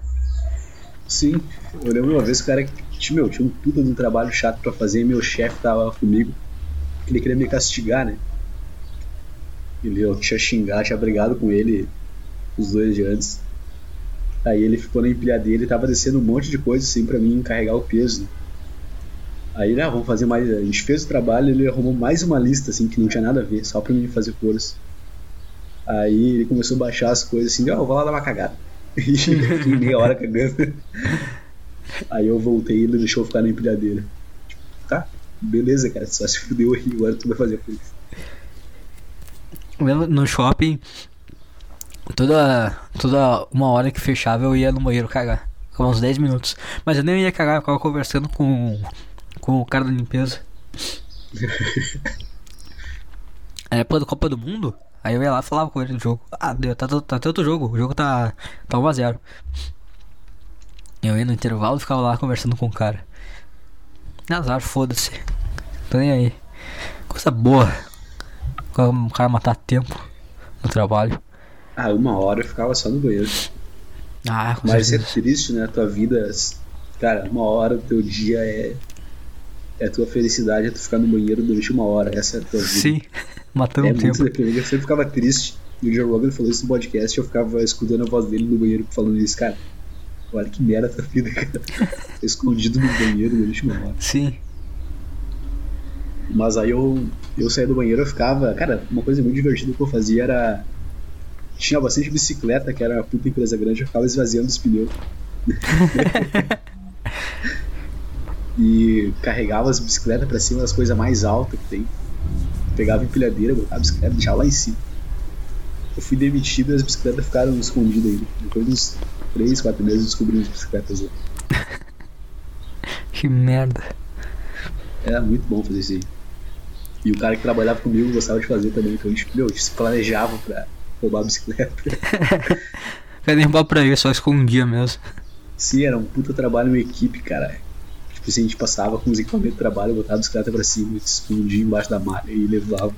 B: Sim, eu lembro uma vez que o cara que tinha- meu, tinha um puta de um trabalho chato pra fazer e meu chefe tava comigo. que Ele queria me castigar, né? Ele eu tinha xingado, tinha brigado com ele os dois dias antes. Aí ele ficou na empilhadeira e tava descendo um monte de coisa assim pra mim carregar o peso. né? Aí, né, vamos fazer mais. A gente fez o trabalho, ele arrumou mais uma lista assim que não tinha nada a ver, só pra mim fazer força. Aí ele começou a baixar as coisas assim, ó, eu vou lá dar uma cagada. E fiquei meia hora cagando. Aí eu voltei e ele deixou eu ficar na empilhadeira. Tipo, tá, beleza, cara, só se fudeu aí, agora tu vai fazer a coisa.
A: Eu lembro No shopping, toda, toda uma hora que fechava eu ia no banheiro cagar. Ficava uns 10 minutos. Mas eu nem ia cagar, eu ficava conversando com, com o cara da limpeza. Era época da Copa É, do Mundo? Aí eu ia lá e falava com ele do jogo. Ah, deu, tá, tá, tá tanto jogo, o jogo tá, tá 1x0. Eu ia no intervalo e ficava lá conversando com o cara. Azar, foda-se. Tô nem aí. Coisa boa. O cara matar tempo no trabalho.
B: Ah, uma hora eu ficava só no banheiro.
A: Ah, com
B: Mas é
A: certeza.
B: triste, né? A tua vida. Cara, uma hora do teu dia é. É a tua felicidade, é tu ficar no banheiro durante uma hora. Essa é a tua vida.
A: Sim, matando
B: é
A: o tempo.
B: muito deprimente. Eu sempre ficava triste. E o Joe Rogan falou isso no podcast. Eu ficava escutando a voz dele no banheiro falando isso, cara. Olha que merda a tua vida, cara. Tô Escondido no banheiro durante uma hora.
A: Sim.
B: Mas aí eu, eu saía do banheiro, eu ficava. Cara, uma coisa muito divertida que eu fazia era. Tinha bastante bicicleta, que era uma puta empresa grande, eu ficava esvaziando os pneus. e carregava as bicicletas pra cima das coisas mais altas que tem. Pegava empilhadeira, botava a bicicleta, deixava lá em cima. Eu fui demitido e as bicicletas ficaram escondidas aí. Depois de uns 3, 4 meses eu descobri as bicicletas lá.
A: Que merda.
B: Era muito bom fazer isso aí. E o cara que trabalhava comigo gostava de fazer também, então a gente, meu, a gente se planejava pra roubar a bicicleta.
A: Quer derrubar pra ele, só escondia mesmo.
B: Sim, era um puta trabalho em equipe, cara. Tipo assim, a gente passava com os equipamentos de trabalho, botava a bicicleta pra cima, escondia embaixo da malha e levava.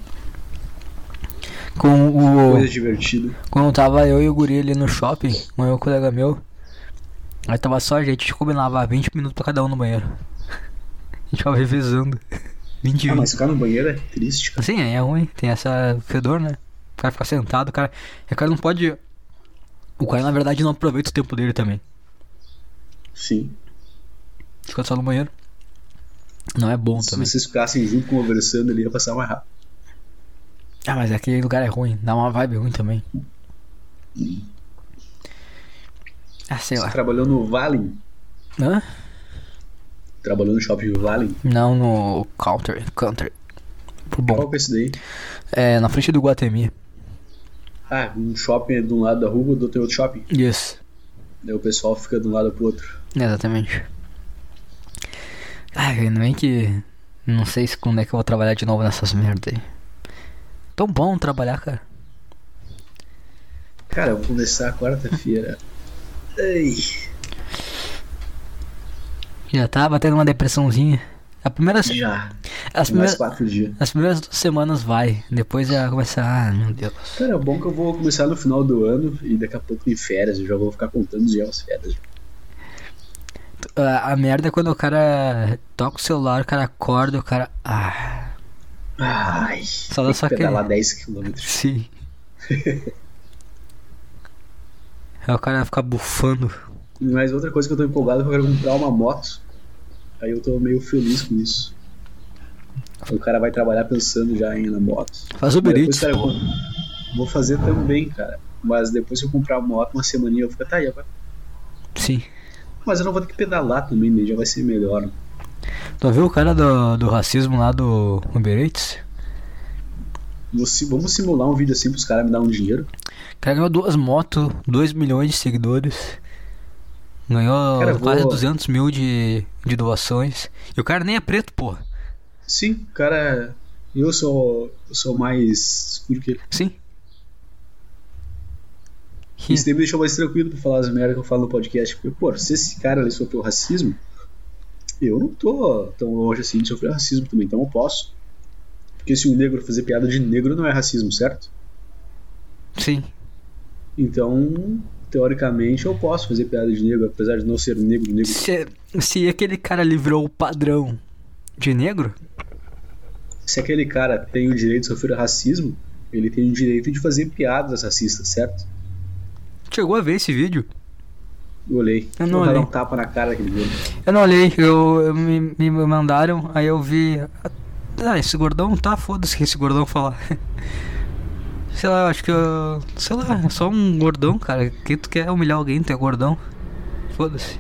A: Com o.
B: Coisa divertida.
A: Quando tava eu e o guri ali no shopping, um meu colega meu. Aí tava só a gente, a gente combinava 20 minutos pra cada um no banheiro. A gente tava revezando. 20
B: Ah, mas
A: minutos.
B: ficar no banheiro é triste, cara.
A: Assim, é ruim, tem essa fedor, né? O cara fica sentado, o cara. O cara não pode. O cara na verdade não aproveita o tempo dele também.
B: Sim.
A: Fica só no banheiro. Não é bom
B: Se
A: também.
B: vocês ficassem junto conversando, ele ia passar mais rápido.
A: Ah, mas aquele lugar é ruim, dá uma vibe ruim também. Ah, sei
B: Você
A: lá.
B: trabalhou no Valen?
A: Hã?
B: Trabalhou no shopping Valen?
A: Não no Counter. Counter. Por bom.
B: Qual que é esse daí?
A: É, na frente do Guatemi.
B: Ah, um shopping é de um lado da rua, do outro é outro shopping.
A: Isso.
B: Daí o pessoal fica de um lado pro outro.
A: Exatamente. Ai, não é que. Não sei se quando é que eu vou trabalhar de novo nessas merdas aí. Tão bom trabalhar, cara.
B: Cara, eu vou começar quarta-feira. Ei.
A: Já tá batendo uma depressãozinha. A primeira se-
B: Já.
A: as,
B: Mais
A: primeiras,
B: quatro dias.
A: as primeiras duas semanas vai. Depois já começa. Ah, meu Deus.
B: Cara, é bom que eu vou começar no final do ano e daqui a pouco tem férias. Eu já vou ficar contando já as férias.
A: A, a merda é quando o cara toca o celular, o cara acorda, o cara. Ah,
B: Ai.
A: Só dá
B: tem que
A: só é.
B: pedalar
A: aquele-
B: 10 km.
A: sim. Aí o cara fica bufando.
B: Mas outra coisa que eu tô empolgado é que eu quero comprar uma moto. Aí eu tô meio feliz com isso. O cara vai trabalhar pensando já em na moto.
A: Faz Uber
B: Depois, tá-
A: Eats.
B: cara, eu
A: pô.
B: vou- vou fazer também, cara. Mas depois que eu comprar a moto, uma semaninha eu vou ficar, tá aí agora.
A: Sim.
B: Mas eu não vou ter que pedalar também, né? já vai ser melhor.
A: Tu viu o cara do, do racismo lá do Uber Eats?
B: Vou si- Vamos simular um vídeo assim pros caras me dar um dinheiro.
A: O cara ganhou duas motos, 2 milhões de seguidores. Ganhou
B: Cara,
A: quase
B: vou-
A: 200 mil de, de doações. E o cara nem é preto, pô.
B: Sim, cara, eu sou, eu sou mais escuro que ele.
A: Sim. Que-
B: Isso daí me deixou mais tranquilo pra falar as merdas que eu falo no podcast. Porque, pô, se esse cara ali sofreu racismo, eu não tô tão longe assim de sofrer racismo também, então eu posso. Porque se um negro fazer piada de negro não é racismo, certo?
A: Sim.
B: Então, teoricamente, eu posso fazer piada de negro, apesar de não ser negro, negro.
A: Se, se aquele cara ali virou o padrão de negro,
B: Se aquele cara tem o direito de sofrer racismo, ele tem o direito de fazer piadas racistas, certo?
A: chegou a ver esse vídeo.
B: Eu olhei.
A: Eu não
B: Vou dar um
A: olhei.
B: tapa na cara daquele negro.
A: Eu não olhei, eu, eu- me, me mandaram, aí eu vi. Ah, esse gordão tá foda-se que esse gordão falar. Sei lá, eu acho que eu. Sei lá, é só um gordão, cara. Quem tu quer humilhar alguém, tu é gordão. Foda-se.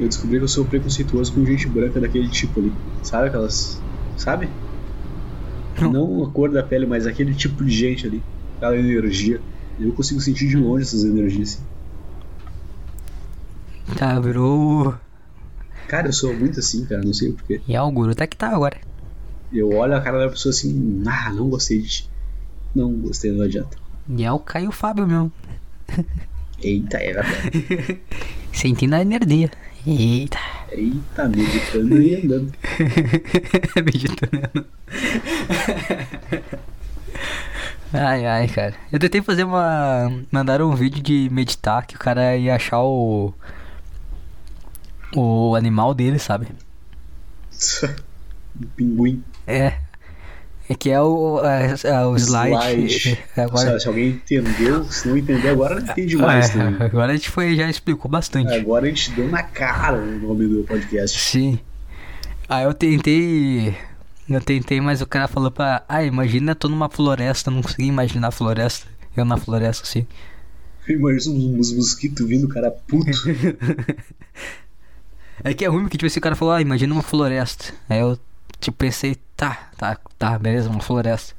B: Eu descobri que eu sou preconceituoso com gente branca daquele tipo ali. Sabe aquelas. Sabe?
A: Não.
B: Não a cor da pele, mas aquele tipo de gente ali. Aquela energia. Eu consigo sentir de longe essas energias.
A: Tá, virou. o-
B: Cara, eu sou muito assim, cara, não sei porquê.
A: E é o guru, até que tá agora.
B: Eu olho a cara da pessoa assim, ah, não gostei de ti. Não gostei, não adianta.
A: E é o Caio Fábio mesmo.
B: Eita, é verdade.
A: Sentindo a energia. Eita.
B: Eita, meditando e andando.
A: Meditando. ai, ai, cara. Eu tentei fazer uma. Mandaram um vídeo de meditar que o cara ia achar o. O animal dele, sabe?
B: Um pinguim.
A: É. É que é o. É, é o slide.
B: Slide.
A: É, agora,
B: Se, se alguém entendeu, se não entender, agora não entende mais também.
A: é, agora a gente foi, já explicou bastante.
B: É, Agora a gente deu na cara o nome do podcast.
A: Sim. Aí eu tentei. Eu tentei, mas o cara falou pra. Ah, imagina, tô numa floresta, não consegui imaginar a floresta. Eu na floresta, assim.
B: Imagina uns, uns mosquitos vindo, cara puto.
A: É que é ruim, porque tipo, esse cara falou, ah, imagina uma floresta. Aí eu, tipo, pensei, tá, tá, tá, beleza, uma floresta.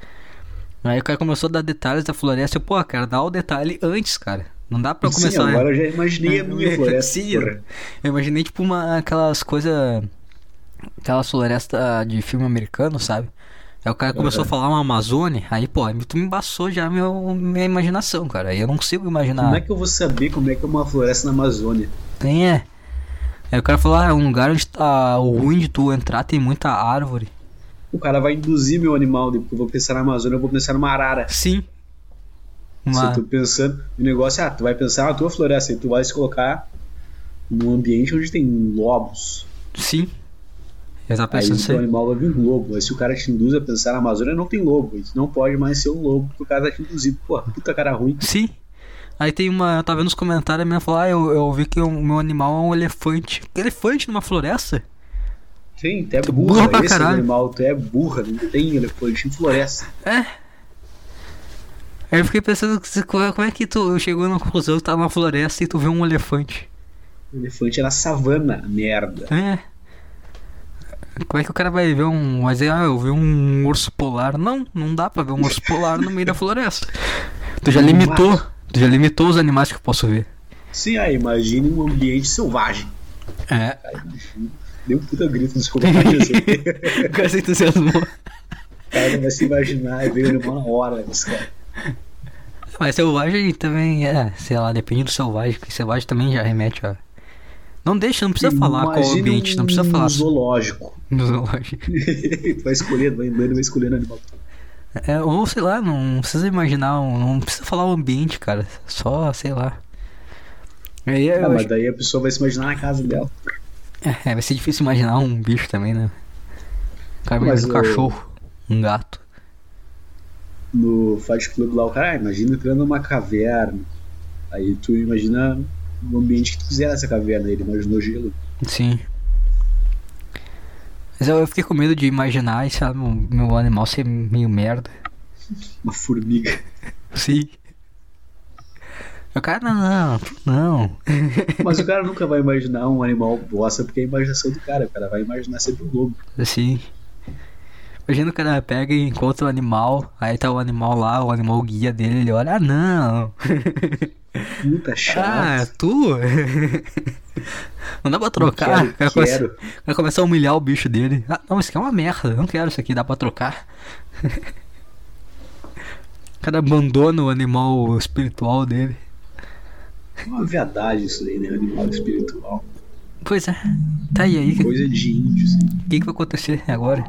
A: Aí o cara começou a dar detalhes da floresta. Eu, pô, cara, dá o detalhe antes, cara. Não dá pra
B: Sim,
A: começar. né?
B: agora eu já imaginei a minha floresta.
A: Sim,
B: porra.
A: Eu imaginei, tipo, uma, aquelas coisas. Aquelas florestas de filme americano, sabe? Aí o cara começou
B: Aham.
A: a falar uma Amazônia, aí, pô, aí tu me embaçou já meu, minha imaginação, cara. Aí eu não consigo imaginar.
B: Como é que eu vou saber como é que é uma floresta na Amazônia?
A: Tem é. Aí o cara falou, ah, é um lugar onde tá o ruim de tu entrar, tem muita árvore.
B: O cara vai induzir meu animal, né? porque eu vou pensar na Amazônia, eu vou pensar numa arara.
A: Sim.
B: Se eu
A: Uma...
B: tô pensando, o negócio é, ah, tu vai pensar na tua floresta e tu vai se colocar num ambiente onde tem lobos.
A: Sim. Eu tava
B: Aí
A: pensando
B: o
A: isso
B: teu
A: aí.
B: animal vai vir um lobo. Aí se o cara te induz a pensar na Amazônia, não tem lobo. Isso não pode mais ser um lobo, porque o cara tá te induzindo. Pô, puta cara ruim.
A: Sim. Aí tem uma. Eu tava vendo os comentários, a minha falou, ah, eu, eu vi que o meu animal é um elefante. Elefante numa floresta?
B: Tem, tu é
A: Tu
B: burra,
A: burra pra
B: esse é o
A: caralho.
B: animal, tu é burra, não tem elefante em floresta.
A: Aí eu fiquei pensando, que- como é- como é que tu chegou na conclusão que tá numa floresta e tu vê um elefante?
B: Elefante é na savana, merda.
A: É. Como é que o cara vai ver um. Vai dizer, ah, eu vi um urso polar. Não, não dá pra ver um urso polar no meio da floresta. Tu já limitou. Tu já limitou os animais que eu posso ver.
B: Sim, aí imagine um ah, ambiente selvagem.
A: É.
B: Deu um puta grito nos comentários. assim.
A: O cara se entusiasmou.
B: O cara não vai se imaginar, veio numa hora. Esse cara.
A: Mas selvagem também é, sei lá, depende do selvagem, porque selvagem também já remete a. Não deixa, não precisa falar qual o
B: Imagina
A: ambiente, não precisa
B: um
A: falar
B: zoológico.
A: no zoológico.
B: Tu vai escolhendo, vai andando, vai escolhendo animal.
A: É, ou sei lá, não precisa imaginar, um- não precisa falar o ambiente, cara. Só, sei lá. Aí É, eu
B: Ah,
A: acho-
B: mas daí a pessoa vai se imaginar na casa dela.
A: É, vai ser difícil imaginar um bicho também, né? O cara
B: Mas
A: imagina um
B: o-
A: cachorro, um gato.
B: No Fight Club lá, o cara, ah, imagina entrando numa caverna. Aí tu imagina o ambiente que tu quiser nessa caverna. Ele imaginou gelo.
A: Sim. Mas eu, eu fiquei com medo de imaginar, e, sei lá, meu, meu animal ser meio merda.
B: Uma formiga.
A: Sim. O cara, não, não, não.
B: Mas o cara nunca vai imaginar um animal bosta, porque é a imaginação do cara. O cara vai imaginar sempre um lobo.
A: Assim. Imagina o cara pega e encontra o animal, aí tá o animal lá, o animal guia dele, ele olha, ah não!
B: Puta
A: Ah,
B: chato.
A: tu? Não dá pra trocar.
B: quero,
A: O cara começa-
B: quero.
A: o cara começa a humilhar o bicho dele. Ah, não, isso aqui é uma merda, não quero isso aqui, dá pra trocar. O cara abandona o animal espiritual dele.
B: É uma viadagem isso aí, né? Animal espiritual.
A: Pois é, tá aí aí, o
B: Coisa de índio, assim.
A: que, que vai acontecer agora?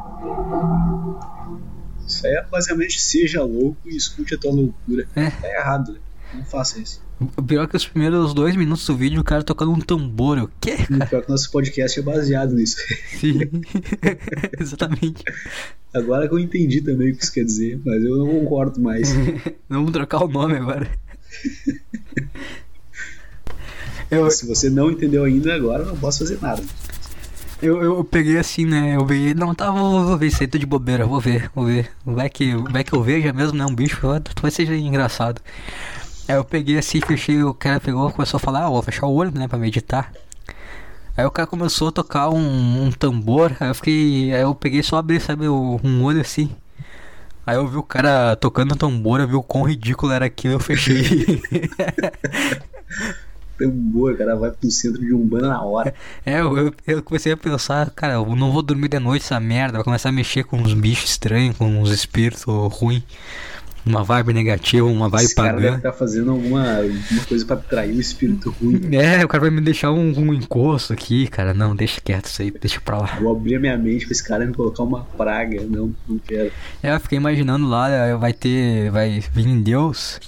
B: Isso aí é basicamente seja louco e escute a tua loucura.
A: É.
B: Tá errado, né? Não faça isso.
A: O pior é que os primeiros dois minutos do vídeo, o cara tocando um tambor, eu, quê?
B: E o pior que nosso podcast é baseado nisso.
A: Sim, exatamente.
B: Agora que eu entendi também o que isso quer dizer, mas eu não concordo mais.
A: Não vamos trocar o nome agora. Eu,
B: Se você não entendeu ainda, agora eu não posso fazer nada.
A: eu, eu peguei assim, né? Eu peguei. Não, tá, vou, vou ver isso aí, tô de bobeira, vou ver, vou ver. Vai que, vai que eu veja mesmo, né? Um bicho, vai- vai ser engraçado. Aí eu peguei assim, fechei, o cara pegou, começou a falar, ah, vou fechar o olho, né, pra meditar. Aí o cara começou a tocar um, um tambor, aí eu fiquei. Aí eu peguei só abri, sabe, o- um olho assim. Aí eu vi o cara tocando tambor, eu vi o quão ridículo era aquilo, eu fechei.
B: Tambor, um o cara vai pro centro de Umbanda na hora.
A: É, eu, eu- eu comecei a pensar, cara, eu não vou dormir de noite essa merda, vai começar a mexer com uns bichos estranhos, com uns espíritos ruins, uma vibe negativa, uma vibe
B: Esse cara deve
A: pagã.
B: estar fazendo alguma, alguma coisa pra atrair um espírito ruim.
A: É, o cara vai me deixar um, um encosto aqui, cara. Não, deixa quieto isso aí, deixa pra lá.
B: Vou abrir a minha mente pra esse cara me colocar uma praga. Não, não quero.
A: É, eu fiquei imaginando lá, é, vai ter. Vai vir em Deus.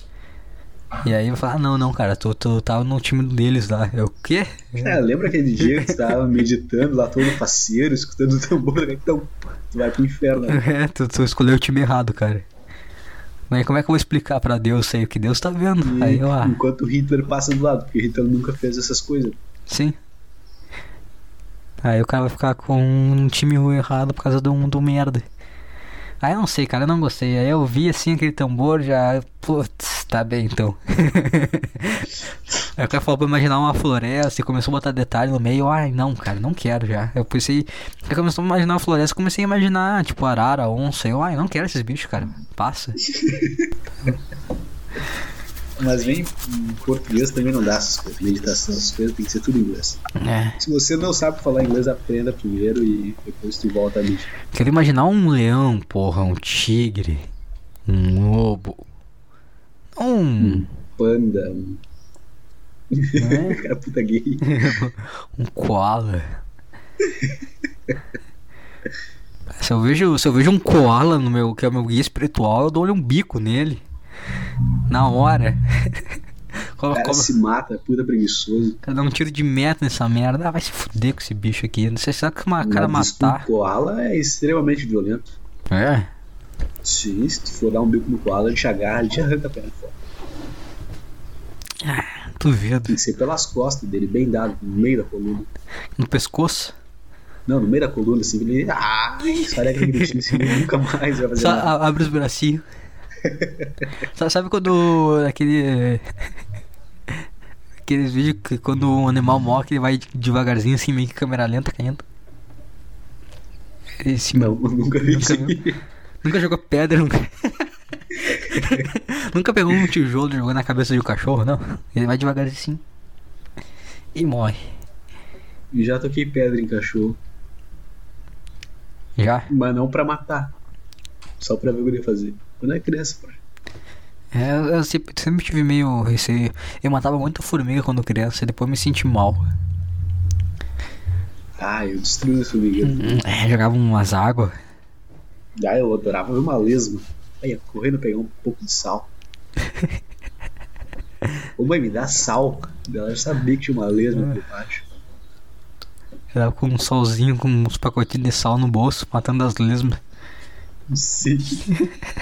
A: E aí eu falar, ah, não, não, cara, tu, tu tava no time deles lá. Eu o quê?
B: É, lembra aquele dia que tu tava meditando lá todo faceiro, escutando o tambor? Então, tu vai pro inferno. né?
A: É, tu, tu escolheu o time errado, cara. Mas como é que eu vou explicar pra Deus aí o que Deus tá vendo?
B: E
A: Aí eu, ah,
B: enquanto o Hitler passa do lado, porque o Hitler nunca fez essas coisas.
A: Sim. Aí o cara vai ficar com um time errado por causa do, do um merda. Aí eu não sei, cara, eu não gostei. Aí eu vi assim aquele tambor, já. Putz, tá bem então. Aí o cara falou pra imaginar uma floresta e começou a botar detalhe no meio. Ai, não, cara, não quero já. Eu pensei. Aí começou a imaginar uma floresta, comecei a imaginar, tipo, arara, onça. Eu, ai, não quero esses bichos, cara. Passa.
B: Mas vem em português também não dá essas coisas. Meditação, essas coisas tem que ser tudo em inglês.
A: É.
B: Se você não sabe falar inglês, aprenda primeiro e depois tu volta a meditar.
A: Quero imaginar um leão, porra, um tigre, um lobo, um,
B: Panda, um
A: né,
B: cara puta gay.
A: um koala. Se eu, vejo, se eu vejo um koala no meu, que é o meu guia espiritual, eu dou-lhe um bico nele. Na hora.
B: O
A: Colo-
B: cara
A: colo-
B: se mata, puta preguiçoso.
A: Cara, dá um tiro de meta nessa merda. Ah, vai se fuder com esse bicho aqui. Não sei se que uma cara
B: Mas diz que
A: matar.
B: O koala é extremamente violento.
A: É?
B: Sim, se tu for dar um bico no koala, ele te agarra, ele te arranca a perna fora.
A: Duvido.
B: Tem que ser pelas costas dele, bem dado, no meio da coluna.
A: No pescoço.
B: Não, no meio da coluna, assim, ele. Ai, sai daquele gritinho assim, ele nunca mais vai fazer
A: Só
B: nada.
A: a- abre os bracinhos. Só sabe quando aquele. Aqueles vídeos que quando um animal morre, ele vai devagarzinho, assim, meio que câmera lenta caindo. Esse
B: Não, nunca vi isso.
A: Nunca Nunca jogou pedra, nunca. nunca pegou um tijolo e jogou assim. na cabeça de um cachorro, não. Ele vai devagarzinho. E morre.
B: Já toquei pedra em cachorro,
A: Já?
B: mas não pra matar. Só pra ver o que ele ia fazer. Quando é criança, pô.
A: É, eu sempre, sempre tive meio receio. Eu matava muita formiga quando criança e depois me senti mal.
B: Ah, eu destruí o formigueiro.
A: É, jogava umas águas.
B: Ah, eu adorava ver uma lesma. Aí ia correndo pegar um pouco de sal. Ô mãe, me dá sal. Ela já sabia que tinha uma lesma por baixo.
A: Eu tava com um solzinho, com uns pacotinhos de sal no bolso, matando as lesmas.
B: Não sei.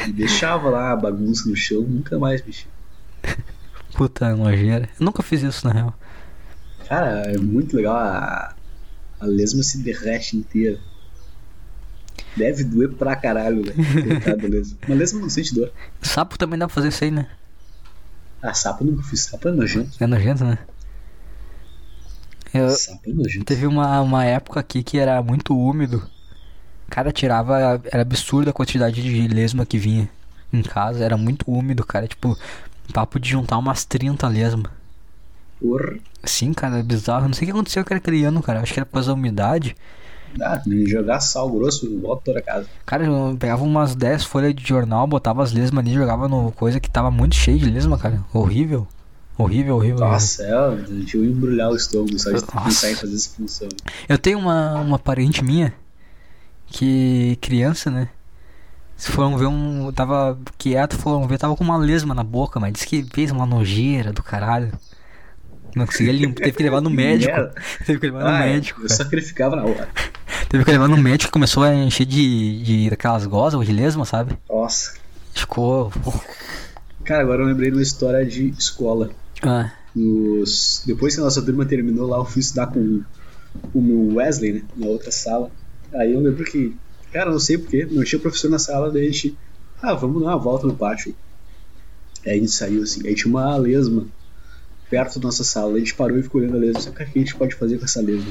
B: E deixava lá a bagunça no chão, nunca mais mexia.
A: Puta nojeira. Eu nunca fiz isso na real.
B: Cara, é muito legal. A, a lesma se derrete inteira. Deve doer pra caralho, velho. Coitado da lesma. Mas lesma não sente dor.
A: Sapo também dá pra fazer isso aí, né?
B: Ah, sapo eu nunca fiz. Sapo é nojento.
A: É nojento, né? Eu,
B: Sapo é nojento.
A: teve uma, uma época aqui que era muito úmido. Cara, tirava. Era absurda a quantidade de lesma que vinha em casa. Era muito úmido, cara. Tipo, papo de juntar umas 30 lesmas.
B: Porra.
A: Sim, cara, é bizarro. Não sei o que aconteceu que era criando, cara. Acho que era por causa da umidade.
B: Ah, jogar sal grosso, volta toda a casa.
A: Cara, eu pegava umas 10 folhas de jornal, botava as lesmas ali, jogava no coisa que tava muito cheio de lesma, cara. Horrível. Horrível, horrível.
B: Nossa, é, ó, deixa eu embrulhar o estômago só de
A: Nossa.
B: pensar em fazer essa função.
A: Eu tenho uma, uma parente minha que criança, né? Se foram ver um. Tava quieto, foram ver, tava com uma lesma na boca, mas disse que fez uma nojeira do caralho. Não conseguia limpar, teve que levar no médico.
B: Merda.
A: Teve que levar no
B: Ah, é,
A: médico.
B: Eu
A: cara.
B: sacrificava na hora.
A: Teve que levar no médico começou a encher de. de daquelas gosmas de lesma, sabe?
B: Nossa.
A: Ficou.
B: Cara, agora eu lembrei de uma história de escola.
A: Ah,
B: Nos- Depois que a nossa turma terminou lá, eu fui estudar com o meu Wesley, né? Na outra sala. Aí eu lembro que, cara, não sei porquê, não tinha professor na sala, daí a gente. Ah, vamos dar uma volta no pátio. Aí a gente saiu assim, aí tinha uma lesma perto da nossa sala. A gente parou e ficou olhando a lesma. Sabe o que a gente pode fazer com essa lesma?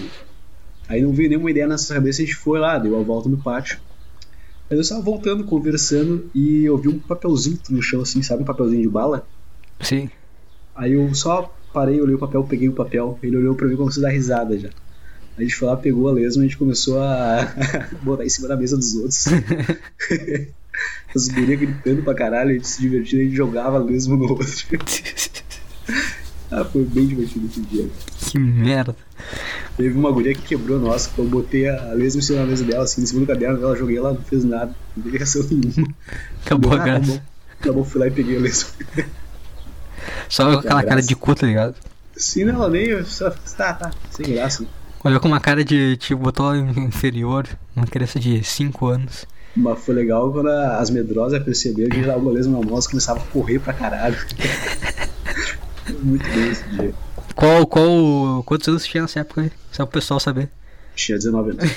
B: Aí não veio nenhuma ideia na nossa cabeça, a gente foi lá, deu a volta no pátio. Aí eu estava voltando, conversando, e eu vi um papelzinho no chão, assim, sabe? Um papelzinho de bala.
A: sim.
B: Aí eu só parei, olhei o papel, peguei o papel, ele olhou pra mim e começou a dar risada já. A gente foi lá, pegou a lesma e a gente começou a botar em cima da mesa dos outros. Os gurias gritando pra caralho, a gente se divertindo, a gente jogava a lesma no outro. Ah, foi bem divertido esse dia.
A: Que merda.
B: Teve uma guria que quebrou nossa, que eu botei a lesma em cima da mesa dela, assim, em cima do caderno dela, joguei ela, não fez nada, não teve reação nenhuma.
A: Acabou a
B: Ah, tá bom.
A: graça.
B: Tá bom, fui lá e peguei a lesma.
A: Só com aquela cara
B: graça.
A: de cu, tá ligado?
B: Sim, não, ela nem. Só, tá, tá, sem graça.
A: Olhou com uma cara de. Tipo, botou inferior. Uma criança de 5 anos.
B: Mas foi legal quando a- as medrosas perceberam que já o goleiro na moça começava a correr pra caralho. Muito bem esse dia.
A: Qual, qual. Quantos anos tinha nessa época aí? Só pro pessoal saber.
B: Tinha 19 anos.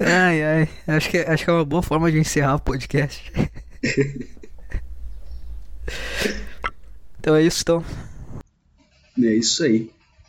A: Ai, ai. Acho que, acho que é uma boa forma de encerrar o podcast. então é isso, então.
B: E é isso aí.